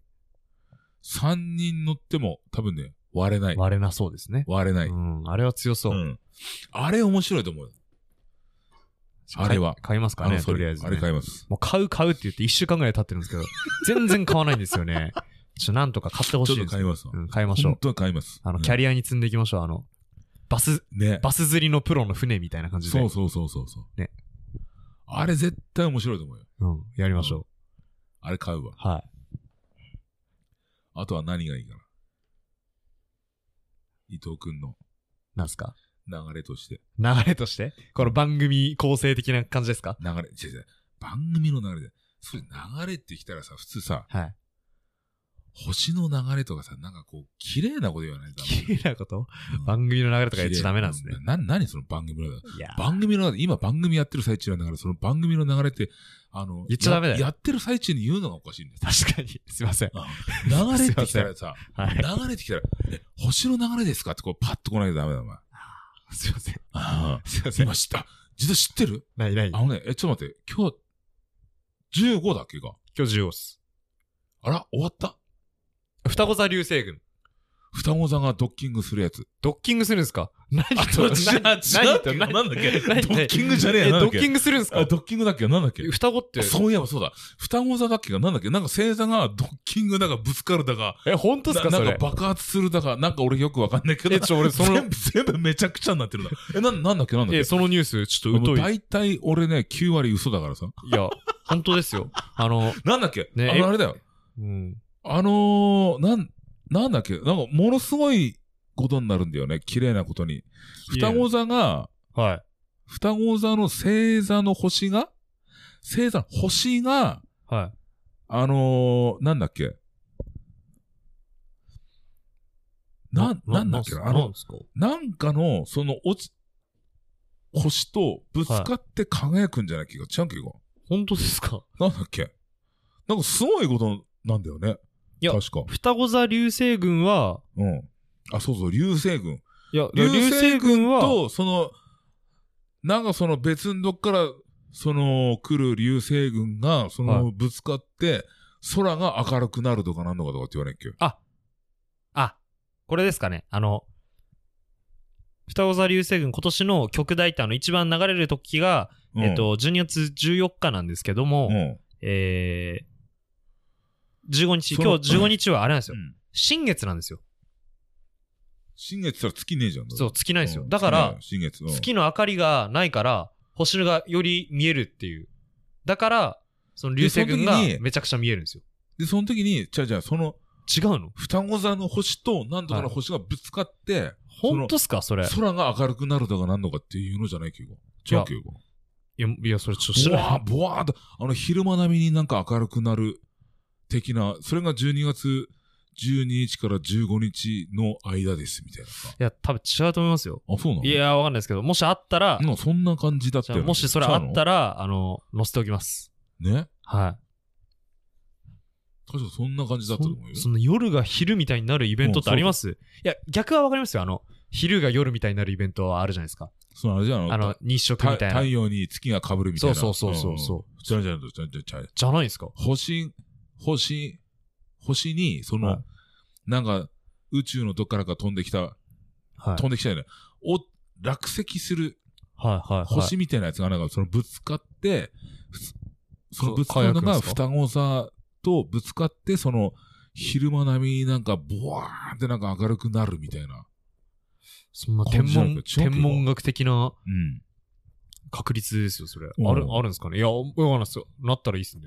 [SPEAKER 3] 3人乗っても多分ね、割れない。
[SPEAKER 2] 割れなそうですね。
[SPEAKER 3] 割れない。
[SPEAKER 2] うん、あれは強そう。
[SPEAKER 3] うんあれ面白いと思うよ。
[SPEAKER 2] 買い
[SPEAKER 3] あれは
[SPEAKER 2] 買いますかね、
[SPEAKER 3] そ
[SPEAKER 2] と
[SPEAKER 3] れ
[SPEAKER 2] りあえず、ね。
[SPEAKER 3] あれ買います。
[SPEAKER 2] もう買う買うって言って1週間ぐらい経ってるんですけど、全然買わないんですよ ね。ちょっとなんとか買ってほ
[SPEAKER 3] ち
[SPEAKER 2] し
[SPEAKER 3] ょっ
[SPEAKER 2] いです
[SPEAKER 3] と買いますわ。
[SPEAKER 2] うん、買いましょう
[SPEAKER 3] 本。当は買います。
[SPEAKER 2] あの、キャ
[SPEAKER 3] リ
[SPEAKER 2] リアに積んでいきましょう。あの、バス、
[SPEAKER 3] ね。
[SPEAKER 2] バス釣りのプロの船みたいな感じで。
[SPEAKER 3] そうそうそうそうそう。
[SPEAKER 2] ね。
[SPEAKER 3] あれ絶対面白いと思うよ。
[SPEAKER 2] うん、やりましょ
[SPEAKER 3] あれ買うわ。
[SPEAKER 2] う。はい。
[SPEAKER 3] あとは何がいいかな。伊藤くんの
[SPEAKER 2] なんすか
[SPEAKER 3] 流れとして。
[SPEAKER 2] 流れとしてこの番組構成的な感じですか
[SPEAKER 3] 流れ、違う違う。番組の流れで。それ流れってきたらさ、普通さ、
[SPEAKER 2] はい。
[SPEAKER 3] 星の流れとかさ、なんかこう、綺麗なこと言わないとダメ
[SPEAKER 2] 綺麗なこと
[SPEAKER 3] うん
[SPEAKER 2] 番組の流れとか言っちゃダメなんですね
[SPEAKER 3] 綺麗。な、何その番組の流れ。
[SPEAKER 2] いやー、
[SPEAKER 3] 番組の流れ、今番組やってる最中なんだから、その番組の流れって、あの、
[SPEAKER 2] 言っちゃダメだよ
[SPEAKER 3] ややってる最中に言うのがおかしいんだよ。
[SPEAKER 2] 確かに。すいません。
[SPEAKER 3] 流れてきたらさ、
[SPEAKER 2] はい。
[SPEAKER 3] 流れてきたら、え、星の流れですかってこうパッと来ないとダメだ、お前。
[SPEAKER 2] すいません。
[SPEAKER 3] ああ
[SPEAKER 2] すいません。
[SPEAKER 3] 今知った。実は知ってる
[SPEAKER 2] ないない。
[SPEAKER 3] あ
[SPEAKER 2] 今
[SPEAKER 3] のね、え、ちょっと待って、今日、15だっけか。
[SPEAKER 2] 日15っす。
[SPEAKER 3] あら、終わった
[SPEAKER 2] 双子座流星群。
[SPEAKER 3] 双子座がドッキングする やつ。
[SPEAKER 2] ドッキングするんですか何
[SPEAKER 3] あ
[SPEAKER 2] な
[SPEAKER 3] と違う違うって
[SPEAKER 2] 何
[SPEAKER 3] なんだっけ
[SPEAKER 2] 何
[SPEAKER 3] ドッキングじゃねえや
[SPEAKER 2] え
[SPEAKER 3] なん
[SPEAKER 2] ド
[SPEAKER 3] だっ
[SPEAKER 2] ッ
[SPEAKER 3] け
[SPEAKER 2] キングするんですか
[SPEAKER 3] あ、ドッキングだっけなんだっけ
[SPEAKER 2] 双子って
[SPEAKER 3] あ。そういえばそうだ。双子座だっけがなんだっけなんか星座がドッキングだかぶつかるだか、
[SPEAKER 2] え、本当ですか
[SPEAKER 3] な
[SPEAKER 2] そ
[SPEAKER 3] なん
[SPEAKER 2] れ
[SPEAKER 3] か。爆発するだか、なんか俺よくわかんないけど
[SPEAKER 2] え、、ちょ、俺その
[SPEAKER 3] 全、部、全部めちゃくちゃになってるな。え、な、なんだっけなんだっ
[SPEAKER 2] え、
[SPEAKER 3] け
[SPEAKER 2] そのニュース、ちょっと
[SPEAKER 3] も
[SPEAKER 2] 疎い
[SPEAKER 3] う
[SPEAKER 2] です。
[SPEAKER 3] 大体俺ね、9割嘘だからさ。
[SPEAKER 2] いや、本当ですよ。あの、
[SPEAKER 3] なんだっけ、
[SPEAKER 2] ね
[SPEAKER 3] あ
[SPEAKER 2] え
[SPEAKER 3] の、あれだよ。
[SPEAKER 2] うん。
[SPEAKER 3] あのー、なん、なんだっけなんか、ものすごいことになるんだよね。綺麗なことに。 双子座が、
[SPEAKER 2] はい。
[SPEAKER 3] 双子座の星座の星が、星座の星が、
[SPEAKER 2] はい。
[SPEAKER 3] あのー、なんだっけな、なんだっけなあ
[SPEAKER 2] なん
[SPEAKER 3] の、
[SPEAKER 2] ですか
[SPEAKER 3] なんかの、その、落ち、星とぶつかって輝くんじゃないっけか、違うっけか。
[SPEAKER 2] 本当ですか
[SPEAKER 3] なんだっけなんかすごいことなんだよね。
[SPEAKER 2] いや
[SPEAKER 3] 確か。
[SPEAKER 2] 双子座流星群は、
[SPEAKER 3] うん。あ、そうそう、流星群。
[SPEAKER 2] いや、流星
[SPEAKER 3] 流星
[SPEAKER 2] 群
[SPEAKER 3] 群
[SPEAKER 2] は、
[SPEAKER 3] と、その、なんかその別のどっから、その、来る流星群が、そ
[SPEAKER 2] は
[SPEAKER 3] の、ぶつかって、空が明るくなるとかなんのかとかって言わないっけ
[SPEAKER 2] あ、これですかね。あの、双子座流星群今年の極大ってあの一番流れる時が、
[SPEAKER 3] うん
[SPEAKER 2] えっ、と、12月14日なんですけども、
[SPEAKER 3] うん。
[SPEAKER 2] えー、15日、
[SPEAKER 3] そ
[SPEAKER 2] 今
[SPEAKER 3] の
[SPEAKER 2] 日15日はあれなんですよ。
[SPEAKER 3] うん
[SPEAKER 2] 新月なんですよ。
[SPEAKER 3] 新月ったら月ねえじゃん。
[SPEAKER 2] そう、月ないんですよ。
[SPEAKER 3] うん
[SPEAKER 2] だから、
[SPEAKER 3] 月ないよ新月。うん
[SPEAKER 2] 月の明かりがないから、星がより見えるっていう。だから、その流星群が
[SPEAKER 3] でその時に
[SPEAKER 2] めちゃくちゃ見えるんですよ。
[SPEAKER 3] で、その時に、じゃあじゃあ、その、
[SPEAKER 2] 違うの
[SPEAKER 3] 双子座の星と、なんとかの星がぶつかって、その
[SPEAKER 2] 本当っすかそれ。い
[SPEAKER 3] 空が明るくなるとかなんのかっていうのじゃないっけか。
[SPEAKER 2] や
[SPEAKER 3] 違うっけか。
[SPEAKER 2] や、いやそれちょっと知
[SPEAKER 3] ぼ
[SPEAKER 2] らな
[SPEAKER 3] わ
[SPEAKER 2] い。
[SPEAKER 3] ー、ぼわーっと、あの、昼間並みになんか明るくなる的な、それが12月12日から15日の間です、みたいなさ。
[SPEAKER 2] いや、多分違うと思いますよ。
[SPEAKER 3] あ、そうなの
[SPEAKER 2] い、や、わかんないですけど、もしあったら、
[SPEAKER 3] なんかそんな感じだっ
[SPEAKER 2] じ
[SPEAKER 3] た
[SPEAKER 2] ゃあ
[SPEAKER 3] よ、ね。
[SPEAKER 2] もしそれあった
[SPEAKER 3] ら。
[SPEAKER 2] ら、あの、載せておきます。
[SPEAKER 3] ね。
[SPEAKER 2] は
[SPEAKER 3] 確かそんな感
[SPEAKER 2] い。
[SPEAKER 3] じだったと
[SPEAKER 2] そ
[SPEAKER 3] 思うよ。
[SPEAKER 2] その夜が昼みたいになるイベントってありますいや、逆はわかりますよ。あの、昼が夜みたいになるイベントはあるじゃないですか。
[SPEAKER 3] そのあれじゃん
[SPEAKER 2] あの、日食
[SPEAKER 3] た
[SPEAKER 2] みたい
[SPEAKER 3] 太
[SPEAKER 2] な。
[SPEAKER 3] 陽に月が被るみたい
[SPEAKER 2] そう
[SPEAKER 3] な。
[SPEAKER 2] そうそうそうそう。
[SPEAKER 3] うん。じゃあじゃあじゃあじゃあじゃあ
[SPEAKER 2] じゃないですか
[SPEAKER 3] 星、星、星に、その、
[SPEAKER 2] はい
[SPEAKER 3] なんか、宇宙のどっからか飛んできた、
[SPEAKER 2] はい。
[SPEAKER 3] 飛んできたよね。お、落石する
[SPEAKER 2] はいはいはい。
[SPEAKER 3] 星みたいなやつがなんかそのぶつかって、ふそのぶつかる
[SPEAKER 2] 輝
[SPEAKER 3] のが
[SPEAKER 2] くんです
[SPEAKER 3] 双子座とぶつかって、その昼間並みになんかボワーンってなんか明るくなるみたいな。
[SPEAKER 2] そんな天
[SPEAKER 3] 感じなの
[SPEAKER 2] 文、
[SPEAKER 3] か違うけど
[SPEAKER 2] 天文学的な
[SPEAKER 3] うん。
[SPEAKER 2] 確率ですよ、それ。
[SPEAKER 3] うん
[SPEAKER 2] ある、あるんですかねいや、わかんないですよ。なったらいいっすね。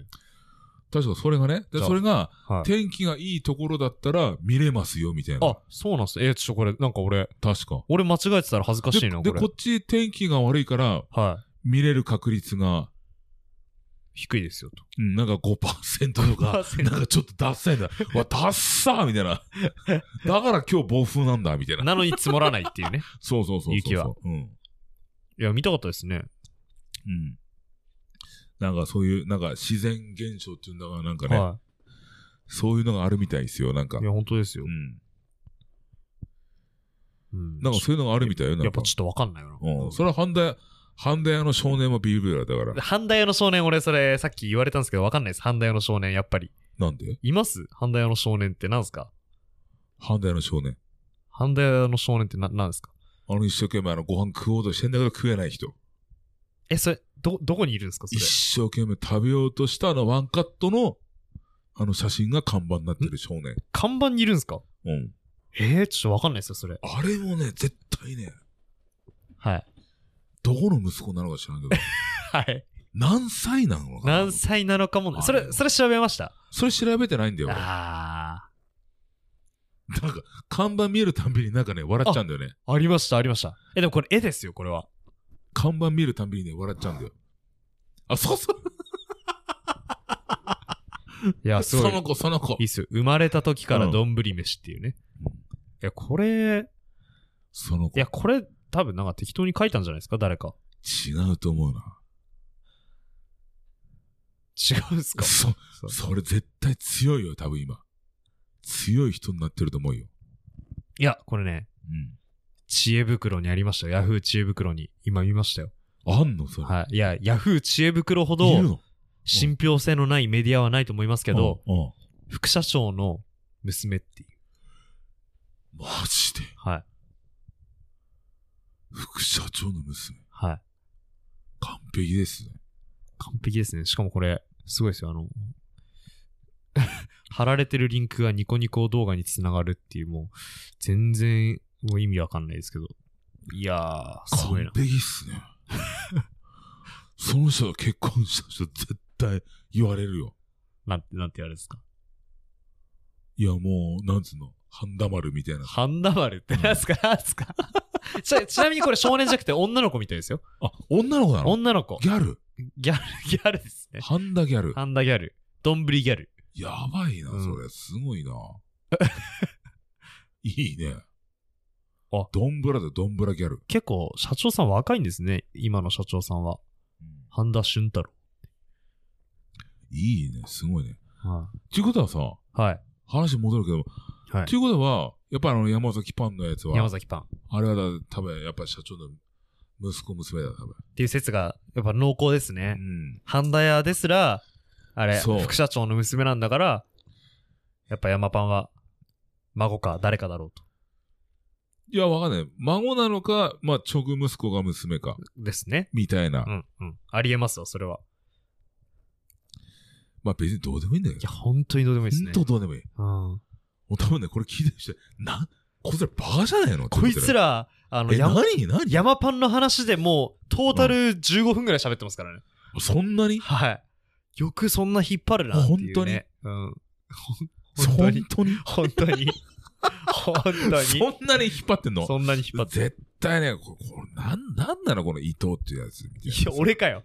[SPEAKER 3] 確かそれがね、で
[SPEAKER 2] じゃあ
[SPEAKER 3] それが
[SPEAKER 2] は。
[SPEAKER 3] 天気がいいところだったら見れますよみたいな。
[SPEAKER 2] あ、そうなんすえー、ちょ、これ、なんか俺、
[SPEAKER 3] 確か。
[SPEAKER 2] 俺間違えてたら恥ずかしいな、
[SPEAKER 3] で
[SPEAKER 2] こ
[SPEAKER 3] で
[SPEAKER 2] れ
[SPEAKER 3] こ。っち天気が悪いから
[SPEAKER 2] はい。
[SPEAKER 3] 見れる確率が、
[SPEAKER 2] 低いです よ、と。
[SPEAKER 3] うん、なんか5%と か、
[SPEAKER 2] 5%
[SPEAKER 3] なんかちょっとダッサいんだ。うわ、ダッサーみたいな。だから今日暴風なんだみたいな。
[SPEAKER 2] なのに積もらないっていうね。
[SPEAKER 3] そうそうそうそうそう。
[SPEAKER 2] 雪は
[SPEAKER 3] うん。
[SPEAKER 2] いや、見たかったですね。
[SPEAKER 3] うん。なんかそういう、なんか自然現象っていうんだから、なんかね、
[SPEAKER 2] は
[SPEAKER 3] そういうのがあるみたいですよ、なんか。
[SPEAKER 2] い。いうや、本当ですよ。
[SPEAKER 3] ん。
[SPEAKER 2] うん
[SPEAKER 3] なんかそういうのがあるみたいよ、なんか。
[SPEAKER 2] やっぱちょっとわかんないよ
[SPEAKER 3] う
[SPEAKER 2] な。
[SPEAKER 3] ん。それは半田、半田屋の少年もビール屋だから。
[SPEAKER 2] 半田屋の少年、俺それさっき言われたんですけど、わかんないです。半田屋の少年、やっぱり。
[SPEAKER 3] なんで
[SPEAKER 2] います半田屋の少年って何すか
[SPEAKER 3] 半田屋の少年。
[SPEAKER 2] 半田屋の少年ってな何ですか
[SPEAKER 3] あの一生懸命あのご飯食おうとしてんだけど食えない人。
[SPEAKER 2] え、それ、ど、どこにいるんですかそれ
[SPEAKER 3] 一。生懸命食べようとしたあのワンカットの、あの写真が看板になってる少年。
[SPEAKER 2] 看板にいるんですか
[SPEAKER 3] うん。
[SPEAKER 2] えー、ちょっとわかんないですよ、それ。
[SPEAKER 3] あれもね、絶対ね、
[SPEAKER 2] はい。
[SPEAKER 3] どこの息子なのか知らんけど、
[SPEAKER 2] はい。
[SPEAKER 3] 何歳なのかな
[SPEAKER 2] 何歳なのかも、それ、それ調べました。
[SPEAKER 3] それ調べてないんだよ。俺
[SPEAKER 2] あ
[SPEAKER 3] なんか、看板見るたんびになんかね、笑っちゃうんだよね。
[SPEAKER 2] あ。ありました、ありました。え、でもこれ絵ですよ、これは。
[SPEAKER 3] 看板見るたんびにね、笑っちゃうんだよ。あ、そうそう。
[SPEAKER 2] いや、す
[SPEAKER 3] そ
[SPEAKER 2] ごい。
[SPEAKER 3] の子、その子
[SPEAKER 2] いい。っすよ。生まれた時から
[SPEAKER 3] うん
[SPEAKER 2] 丼飯っていうね。
[SPEAKER 3] うん
[SPEAKER 2] いや、これ、
[SPEAKER 3] その
[SPEAKER 2] い
[SPEAKER 3] 子。
[SPEAKER 2] や、これ、多分なんか適当に書いたんじゃないですか誰か。
[SPEAKER 3] 違うと思うな。
[SPEAKER 2] 違うんすか
[SPEAKER 3] そ、それ絶対強いよ、多分今。強い人になってると思うよ。
[SPEAKER 2] いや、これね、
[SPEAKER 3] う
[SPEAKER 2] 知恵袋にありましたよ。ヤフー知恵袋に。今見ましたよ。
[SPEAKER 3] ん。あんのそれ。
[SPEAKER 2] はい。いや、ヤフー知恵袋ほ
[SPEAKER 3] いる
[SPEAKER 2] ど、
[SPEAKER 3] の
[SPEAKER 2] 信憑性のないメディアはないと思いますけど、
[SPEAKER 3] うんうん
[SPEAKER 2] 副社長の娘っていう。
[SPEAKER 3] マジで。
[SPEAKER 2] はい。
[SPEAKER 3] 副社長の娘。
[SPEAKER 2] はい。
[SPEAKER 3] 完璧ですね。
[SPEAKER 2] 完璧ですね。しかもこれ、すごいですよ。あの、 貼られてるリンクがニコニコ動画につながるっていう、もう、全然、もう意味わかんないですけど。いやー、すごい
[SPEAKER 3] 完
[SPEAKER 2] な。
[SPEAKER 3] 璧っすね。 その人が結婚した人絶対言われるよ。
[SPEAKER 2] なんて、なんてあれですか。
[SPEAKER 3] いや、もう、なんつうの、半田丸みたいな。
[SPEAKER 2] ハンダ丸ってなんすか、 なんすかちなちなみにこれ少年じゃなくて女の子みたいですよ。
[SPEAKER 3] あ、女の子なの
[SPEAKER 2] 女の子。
[SPEAKER 3] ギャル。
[SPEAKER 2] ギャル、 ギャルですね。
[SPEAKER 3] 半田ギャル。
[SPEAKER 2] ハンダギャル。どんぶりギャル。
[SPEAKER 3] やばいな、
[SPEAKER 2] うん
[SPEAKER 3] それ。すご いな。いいね。
[SPEAKER 2] あ
[SPEAKER 3] ドンブラだ、ドンブラギャル。
[SPEAKER 2] 結構、社長さん若いんですね。今の社長さんは。ハンダ俊太郎。
[SPEAKER 3] いいね、すごいね。
[SPEAKER 2] は
[SPEAKER 3] っていうことはさ、
[SPEAKER 2] い。はい。
[SPEAKER 3] 話戻るけど、
[SPEAKER 2] はい
[SPEAKER 3] っていうことは、やっぱりあの山崎パンのやつは、
[SPEAKER 2] 山崎パン。っ
[SPEAKER 3] あれはだ多分やっぱり社長の息子娘だ、多分。
[SPEAKER 2] ていう説が、やっぱ濃厚ですね。
[SPEAKER 3] うん。
[SPEAKER 2] ハンダ屋ですら、あれ、
[SPEAKER 3] そう
[SPEAKER 2] 副社長の娘なんだから、やっぱ山パンは、孫か誰かだろうと。
[SPEAKER 3] いや、わかんない。孫なのか、まあ、直息子が娘か、
[SPEAKER 2] ですね。
[SPEAKER 3] みたいな。
[SPEAKER 2] うん、うん。ありえますよ、それは。
[SPEAKER 3] まあ、別にどうでもいいんだよ
[SPEAKER 2] い。や、本当にどうでもいいですね。
[SPEAKER 3] 本当どうでもいい。
[SPEAKER 2] うん。
[SPEAKER 3] もう多分ね、これ聞いてる人、な、こいつらバカじゃないの
[SPEAKER 2] こいつ、ら、あの、
[SPEAKER 3] え、
[SPEAKER 2] 山
[SPEAKER 3] 何何
[SPEAKER 2] 山パンの話でもう、トータル15分ぐらい喋ってますからね。
[SPEAKER 3] そんなに
[SPEAKER 2] はい。よくそんな引っ張るなっていう、ね。本
[SPEAKER 3] 本
[SPEAKER 2] 当
[SPEAKER 3] 当
[SPEAKER 2] に。
[SPEAKER 3] に
[SPEAKER 2] うん。本当に。本当に。本当に。
[SPEAKER 3] そんなに引っ張ってんの
[SPEAKER 2] そんなに引っ張って。
[SPEAKER 3] 絶対ね、これ、これなん、なんなのこの伊藤っていうやつみた
[SPEAKER 2] い
[SPEAKER 3] い
[SPEAKER 2] や、俺かよ。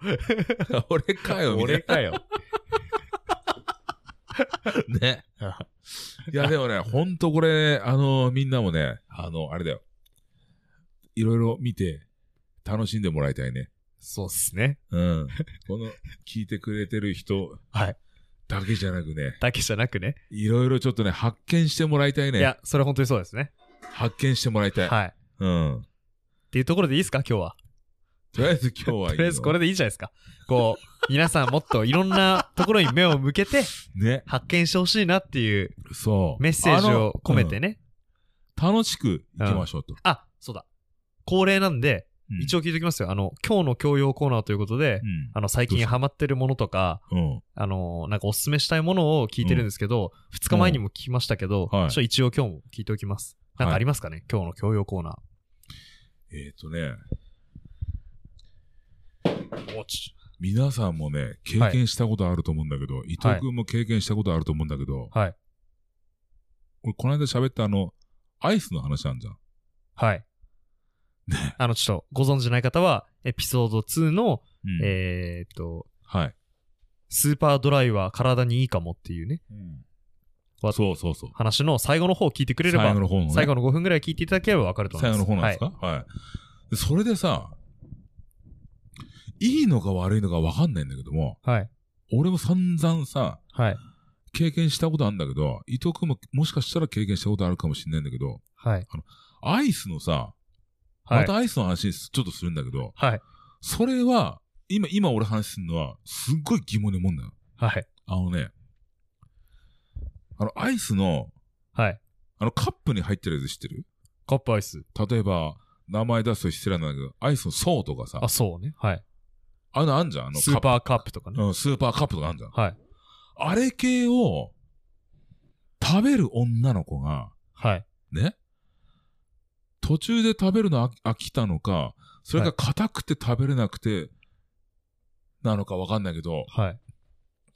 [SPEAKER 3] な。俺かよ、みた
[SPEAKER 2] 俺
[SPEAKER 3] い
[SPEAKER 2] かよ。
[SPEAKER 3] な。ね。いや、でもね、ほんとこれ、あのみんなもね、あの、あれだよ。いろいろ見て、楽しんでもらいたいね。
[SPEAKER 2] そうっすね。
[SPEAKER 3] うん。この、聞いてくれてる人、
[SPEAKER 2] はい。
[SPEAKER 3] だけじゃなくね、
[SPEAKER 2] だけじゃなくね。
[SPEAKER 3] いろいろちょっとね、発見してもらいたい
[SPEAKER 2] い
[SPEAKER 3] ね。
[SPEAKER 2] や、それ本当にそうですね。
[SPEAKER 3] 発見してもらいたい。
[SPEAKER 2] はい。っ
[SPEAKER 3] うん。
[SPEAKER 2] ていうところでいいですか、今日は。
[SPEAKER 3] とりあえず今日はいいよ
[SPEAKER 2] とりあえずこれでいいじゃないですか。こう、皆さんもっといろんなところに目を向けて、
[SPEAKER 3] ね。
[SPEAKER 2] 発見してほしいなっていう
[SPEAKER 3] そう。
[SPEAKER 2] メッセージ
[SPEAKER 3] あの
[SPEAKER 2] を込めて、ね。
[SPEAKER 3] うん楽しく行きましょうと。
[SPEAKER 2] あ、そうだ。恒例なんで、一
[SPEAKER 3] 応、
[SPEAKER 2] 応聞いておきますよ。あの、今日の教養コーナーということで、あの、最
[SPEAKER 3] どう
[SPEAKER 2] 近
[SPEAKER 3] ぞ
[SPEAKER 2] ハマってるものとか、
[SPEAKER 3] うん。うん。
[SPEAKER 2] あの、なんかおすすめしたいものを聞いてるんですけど、2日前にも聞きましたけど、
[SPEAKER 3] うんはい
[SPEAKER 2] ちょっと一応今日も聞いておきます。なんかありますかね、今日の教養コーナ
[SPEAKER 3] えっ、とね、
[SPEAKER 2] ー。おち
[SPEAKER 3] 皆さんもね、経験したことあると思うんだけど、伊藤君も経験したことあると思うんだけど、
[SPEAKER 2] はい。
[SPEAKER 3] 俺この間喋ったあの、アイスの話あんじゃん。
[SPEAKER 2] はい。
[SPEAKER 3] ね。
[SPEAKER 2] あの、ちょっとご存知ない方は、エピソード2の、
[SPEAKER 3] うん
[SPEAKER 2] えーっと、
[SPEAKER 3] はい。
[SPEAKER 2] スーパードライは体にいいかもっていうね、わ
[SPEAKER 3] そうそうそう。
[SPEAKER 2] 話の最後の方を聞いてくれれば、
[SPEAKER 3] 最後の方のね。
[SPEAKER 2] 最後の5分ぐらい聞いていただければわかると思いま
[SPEAKER 3] 最後
[SPEAKER 2] す。
[SPEAKER 3] の方なんですか
[SPEAKER 2] はい
[SPEAKER 3] はい。でそれでさ、いいのか悪いのか分かんないんだけども、
[SPEAKER 2] はい。
[SPEAKER 3] 俺も散々さ、
[SPEAKER 2] はい。
[SPEAKER 3] 経験したことあるんだけど、伊藤くんももしかしたら経験したことあるかもしれないんだけど、
[SPEAKER 2] はい。
[SPEAKER 3] アイスのさ、
[SPEAKER 2] は
[SPEAKER 3] ま
[SPEAKER 2] い
[SPEAKER 3] た。アイスの話ちょっとするんだけど、
[SPEAKER 2] はい。
[SPEAKER 3] それは、今、今俺話するのは、すっごい疑問に思うんだよ。
[SPEAKER 2] はい。
[SPEAKER 3] あのね、あの、アイスの、
[SPEAKER 2] はい。
[SPEAKER 3] あの、カップに入ってるやつ知ってる
[SPEAKER 2] カップアイス。
[SPEAKER 3] 例えば、名前出すと失礼なんだけど、アイスの層とかさ、
[SPEAKER 2] あ、そうね。はい。
[SPEAKER 3] あのあんじゃんあの
[SPEAKER 2] スーパ
[SPEAKER 3] ー
[SPEAKER 2] ーカップとかね。
[SPEAKER 3] うん、スーパーカップとかあんじゃん。
[SPEAKER 2] はい。
[SPEAKER 3] あれ系を、食べる女の子が、
[SPEAKER 2] はい。
[SPEAKER 3] ね、途中で食べるの飽き飽きたのか、それが硬くて食べれなくて、なのかわかんないけど、
[SPEAKER 2] はい。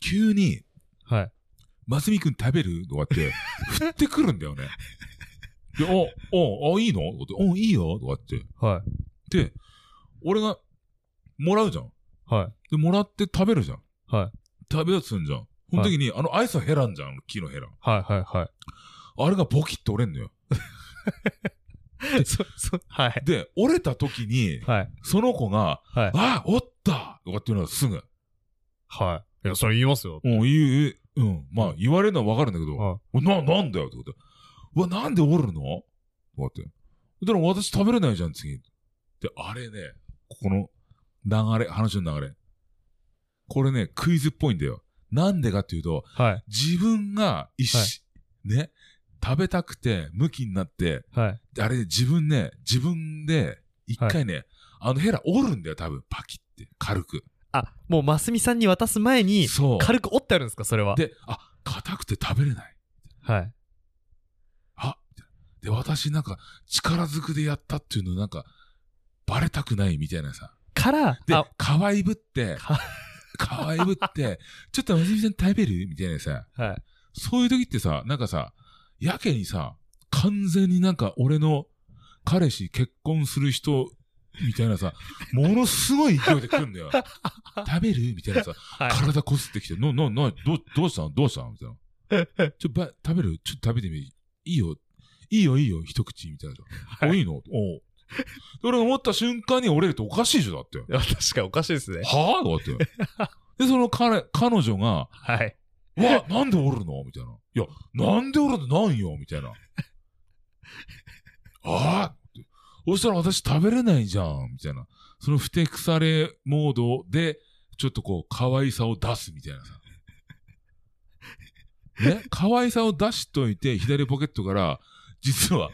[SPEAKER 3] 急に、
[SPEAKER 2] はい。
[SPEAKER 3] ますみくん食べると かって、振ってくるんだよね。で、お、お、あ、いいのとかって、お、いいよとかって。
[SPEAKER 2] はい。
[SPEAKER 3] で、俺が、もらうじゃん。
[SPEAKER 2] は
[SPEAKER 3] で、もらって食べるじゃん。
[SPEAKER 2] い。はい。
[SPEAKER 3] 食べようとするんじゃん。その時に、あのアイスヘランじゃん、木のヘラン。
[SPEAKER 2] はい。はい。は
[SPEAKER 3] あれがボキッと折れんのよ。
[SPEAKER 2] い。そ、そ、はい。
[SPEAKER 3] で、折れた時に、
[SPEAKER 2] はい。
[SPEAKER 3] その子が、
[SPEAKER 2] はい。
[SPEAKER 3] あ、折ったとかっていうのはすぐ。
[SPEAKER 2] はい。いや、それ言います よ。
[SPEAKER 3] うん、言う、うん。まあ、言われるのはわかるんだけど、
[SPEAKER 2] は
[SPEAKER 3] な、なんだよってことで。うわ、なんで折るのこうやって。だから私食べれないじゃん、次。で、あれね、この流れ、話の流れ。これね、クイズっぽいんだよ。なんでかっていうと、
[SPEAKER 2] い。はい。
[SPEAKER 3] 自分が一し、ね、食べたくて、ムキになって、
[SPEAKER 2] はい。
[SPEAKER 3] であれ自分ね、自分で、一回ね、あのヘラ折るんだよ、多分。パキって、軽く。
[SPEAKER 2] あ、もう、ますみさんに渡す前に、
[SPEAKER 3] そう。
[SPEAKER 2] 軽く折ってあるんですか、それは。
[SPEAKER 3] で、あ、硬くて食べれない。
[SPEAKER 2] はい。
[SPEAKER 3] あみたいなで、私なんか力ずくでやったっていうのなんか、バレたくないみたいなさ。
[SPEAKER 2] から、
[SPEAKER 3] で
[SPEAKER 2] あ、、
[SPEAKER 3] 可愛ぶって、
[SPEAKER 2] か
[SPEAKER 3] 可愛ぶって、ちょっとまじみさん食べるみたいなさ。
[SPEAKER 2] はい。
[SPEAKER 3] そういう時ってさ、なんかさ、やけにさ、完全になんか俺の彼氏結婚する人、みたいなさ、ものすごい勢いで来るん だよ。食べるみたいなさ、
[SPEAKER 2] はい。
[SPEAKER 3] 体こすってきて、な、な、な、どう、どうしたのどうしたのみたいな。 ちょ、ば、食べるちょっと食べてみいいよ。いいよ、いいよ、一口、みたいな。
[SPEAKER 2] い
[SPEAKER 3] お、いいのおうで俺思った瞬間に折れるっておかしいじゃん、だって。
[SPEAKER 2] いや確かにおかしいですね。
[SPEAKER 3] はぁだって。で、その彼、彼女が、
[SPEAKER 2] はい。
[SPEAKER 3] わ、なんで折るのみたいな。いや、なんで折るのなんよみたいな。 ああそしたら私食べれないじゃんみたいな。そのふてくされモードで、ちょっとこう、可愛さを出すみたいなさ。ね可愛さを出しといて、左ポケットから、実は、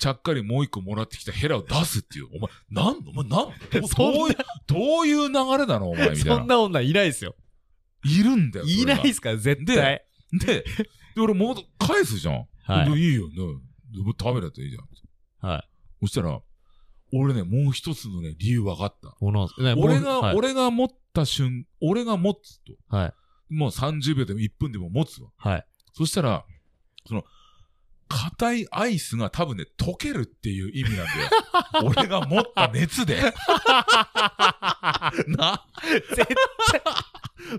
[SPEAKER 3] ちゃっかりもう一個もらってきたヘラを出すっていう。お前、なんのお前、なんのどうどういう、どういう流れなのお前、みたい
[SPEAKER 2] そん
[SPEAKER 3] な。
[SPEAKER 2] な女いないですよ。
[SPEAKER 3] いるんだよ。それ
[SPEAKER 2] い
[SPEAKER 3] が
[SPEAKER 2] ないっすから、絶対
[SPEAKER 3] で。で、で俺もう返すじゃん。
[SPEAKER 2] はい
[SPEAKER 3] でいいよね。でも食べれたらいいじゃん。
[SPEAKER 2] はい。
[SPEAKER 3] そしたら、俺ね、もう一つのね、理由分かった。俺
[SPEAKER 2] 俺
[SPEAKER 3] が、
[SPEAKER 2] はい、
[SPEAKER 3] 俺が持った瞬、俺が持つと。
[SPEAKER 2] はい。
[SPEAKER 3] もう30秒でも1分でも持つわ。
[SPEAKER 2] はい。
[SPEAKER 3] そしたら、その、硬いアイスが多分ね、溶けるっていう意味なんだよ。 俺が持った熱で。な
[SPEAKER 2] 絶対。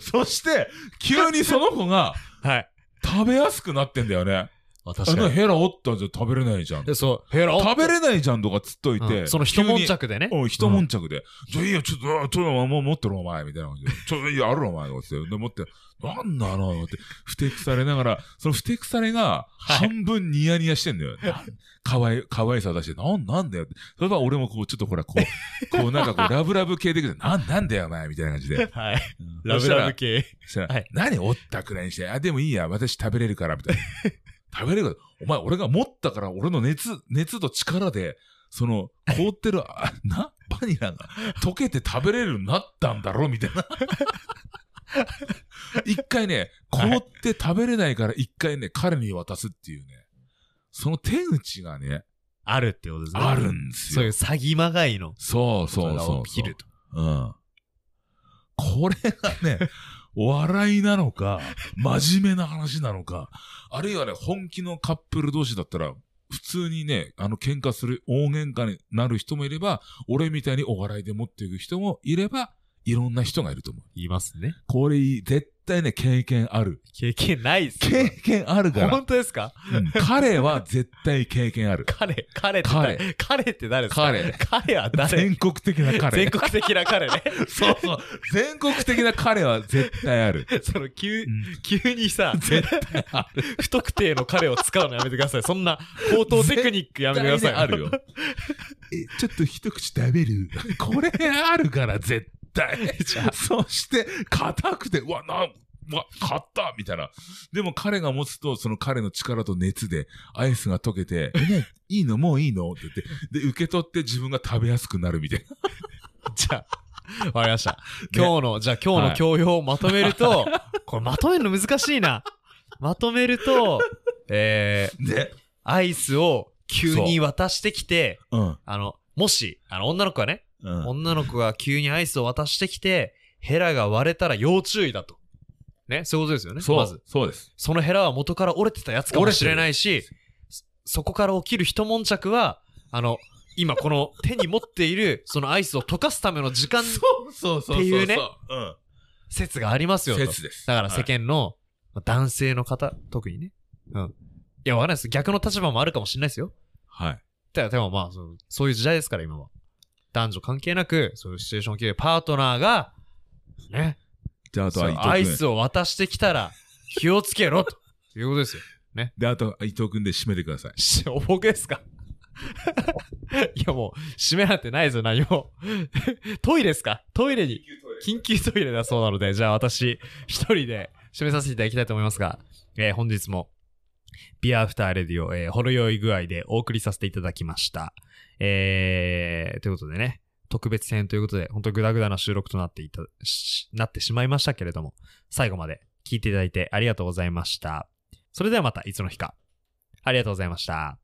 [SPEAKER 3] そして、急にその子が
[SPEAKER 2] はい。
[SPEAKER 3] 食べやすくなってんだよね。
[SPEAKER 2] あ
[SPEAKER 3] あ
[SPEAKER 2] 確
[SPEAKER 3] の
[SPEAKER 2] かに。
[SPEAKER 3] ヘラ折ったじゃ食べれないじゃん。
[SPEAKER 2] で、そう、ヘラ
[SPEAKER 3] 食べれないじゃんとかつっといて、
[SPEAKER 2] うんその一悶
[SPEAKER 3] 急に
[SPEAKER 2] 着でね。
[SPEAKER 3] うん、一悶着で、じゃあいいよ、ちょっと、あちょっと、もう持ってろ、お前、みたいな感じで、ちょっと、いいよ、あるろ、お前、とかって、で、持って、なんだろうって、ふてくされながら、そのふてくされが、
[SPEAKER 2] はい
[SPEAKER 3] 半分ニヤニヤしてんだよ。なんかわい、かわいさ出して、なん、なんだよって。それは俺もこう、ちょっとほら、こう、こう、なんかこう、ラブラブ系できて、なん、なんだよ、お前、みたいな感じで。
[SPEAKER 2] はい。
[SPEAKER 3] うん
[SPEAKER 2] ラブラブ系。
[SPEAKER 3] そしたら、
[SPEAKER 2] はい
[SPEAKER 3] 何折ったくらいにして、あ、でもいいや、私食べれるから、みた いな。食べれるから、お前、俺が持ったから、俺の熱、熱と力で、その、凍ってる、あな、バニラが溶けて食べれるようになったんだろ、みたいな。一回ね、凍
[SPEAKER 2] はい
[SPEAKER 3] って食べれないから一回ね、彼に渡すっていうね、その手口がね、
[SPEAKER 2] あるってことですね。
[SPEAKER 3] あるんです
[SPEAKER 2] そうい
[SPEAKER 3] よ
[SPEAKER 2] う。詐欺まがいの。
[SPEAKER 3] そうそうそう
[SPEAKER 2] れ
[SPEAKER 3] そ
[SPEAKER 2] を
[SPEAKER 3] う。
[SPEAKER 2] 切ると。
[SPEAKER 3] うん。これがね、笑いなのか、真面目な話なのか、あるいはね、本気のカップル同士だったら、普通にね、あの、喧嘩する、大喧嘩になる人もいれば、俺みたいにお笑いで持っていく人もいれば、いろんな人がいると思う。
[SPEAKER 2] 言いますね。
[SPEAKER 3] これ、絶対ね、経験ある。
[SPEAKER 2] 経験ないっすよ
[SPEAKER 3] 経験あるから。
[SPEAKER 2] 本当ですか
[SPEAKER 3] うん彼は絶対経験ある。
[SPEAKER 2] 彼、彼って誰彼って誰ですか
[SPEAKER 3] 彼
[SPEAKER 2] 彼は誰
[SPEAKER 3] 全国的な彼。
[SPEAKER 2] 全国的な彼 ね。
[SPEAKER 3] そうそう。全国的な彼は絶対ある。
[SPEAKER 2] その、急
[SPEAKER 3] う、ん
[SPEAKER 2] 急にさ、
[SPEAKER 3] 絶
[SPEAKER 2] 不特定の彼を使うのやめてください。そんな高等テクニックやめてください。
[SPEAKER 3] あるよ。 え、ちょっと一口食べる。 これあるから、絶対。そして、硬くて、うわ、な、うわ、買ったみたいな。でも彼が持つと、その彼の力と熱で、アイスが溶けて、えね、いいのもういいのって言って、で、受け取って自分が食べやすくなるみたいな。
[SPEAKER 2] じゃあ、わかりました。今日の、じゃあ今日の教養をまとめる と、これまとめるの難しいな。まとめる と、えー、
[SPEAKER 3] ね。
[SPEAKER 2] アイスを急に渡してきて、
[SPEAKER 3] うん。
[SPEAKER 2] あの、もし、あの、女の子がね、
[SPEAKER 3] うん。
[SPEAKER 2] 女の子が急にアイスを渡してきて、ヘラが割れたら要注意だと。ね、そういうことですよね。
[SPEAKER 3] そ
[SPEAKER 2] まず
[SPEAKER 3] う、。そうです。
[SPEAKER 2] そのヘラは元から折れてたやつかもしれないし、そそこから起きる一悶着は、あの、今この手に持っている、そのアイスを溶かすための時間
[SPEAKER 3] そうそうそうそう。
[SPEAKER 2] っていうね
[SPEAKER 3] うん。
[SPEAKER 2] 説がありますよと。
[SPEAKER 3] 説です。
[SPEAKER 2] だから
[SPEAKER 3] はい
[SPEAKER 2] 世間のまあ男性の方、特にね。うん。いや、わかんないです。逆の立場もあるかもしれないですよ。
[SPEAKER 3] はい。
[SPEAKER 2] ただでもまあそう、そういう時代ですから、今は。男女関係なく、そういうシチュエーション系でパートナーが、ね、
[SPEAKER 3] じゃあ、あと
[SPEAKER 2] そ
[SPEAKER 3] は伊藤
[SPEAKER 2] う
[SPEAKER 3] 君。
[SPEAKER 2] アイスを渡してきたら、気をつけろと。いうことですよ。
[SPEAKER 3] で、あとは伊藤君で締めてください。
[SPEAKER 2] し僕ですか いやもう、閉めなんてないですよ、何も。 トイレですかトイレに。緊急トイレだそうなので、じゃあ私、一人で締めさせていただきたいと思いますが、えー本日も、ビアアフターレディオ、えー、ほろ酔い具合でお送りさせていただきました。えー、ということでね、特別編ということで、本当グダグダな収録となっていた、しなってしまいましたけれども、最後まで聞いていただいてありがとうございました。それではまたいつの日か。ありがとうございました。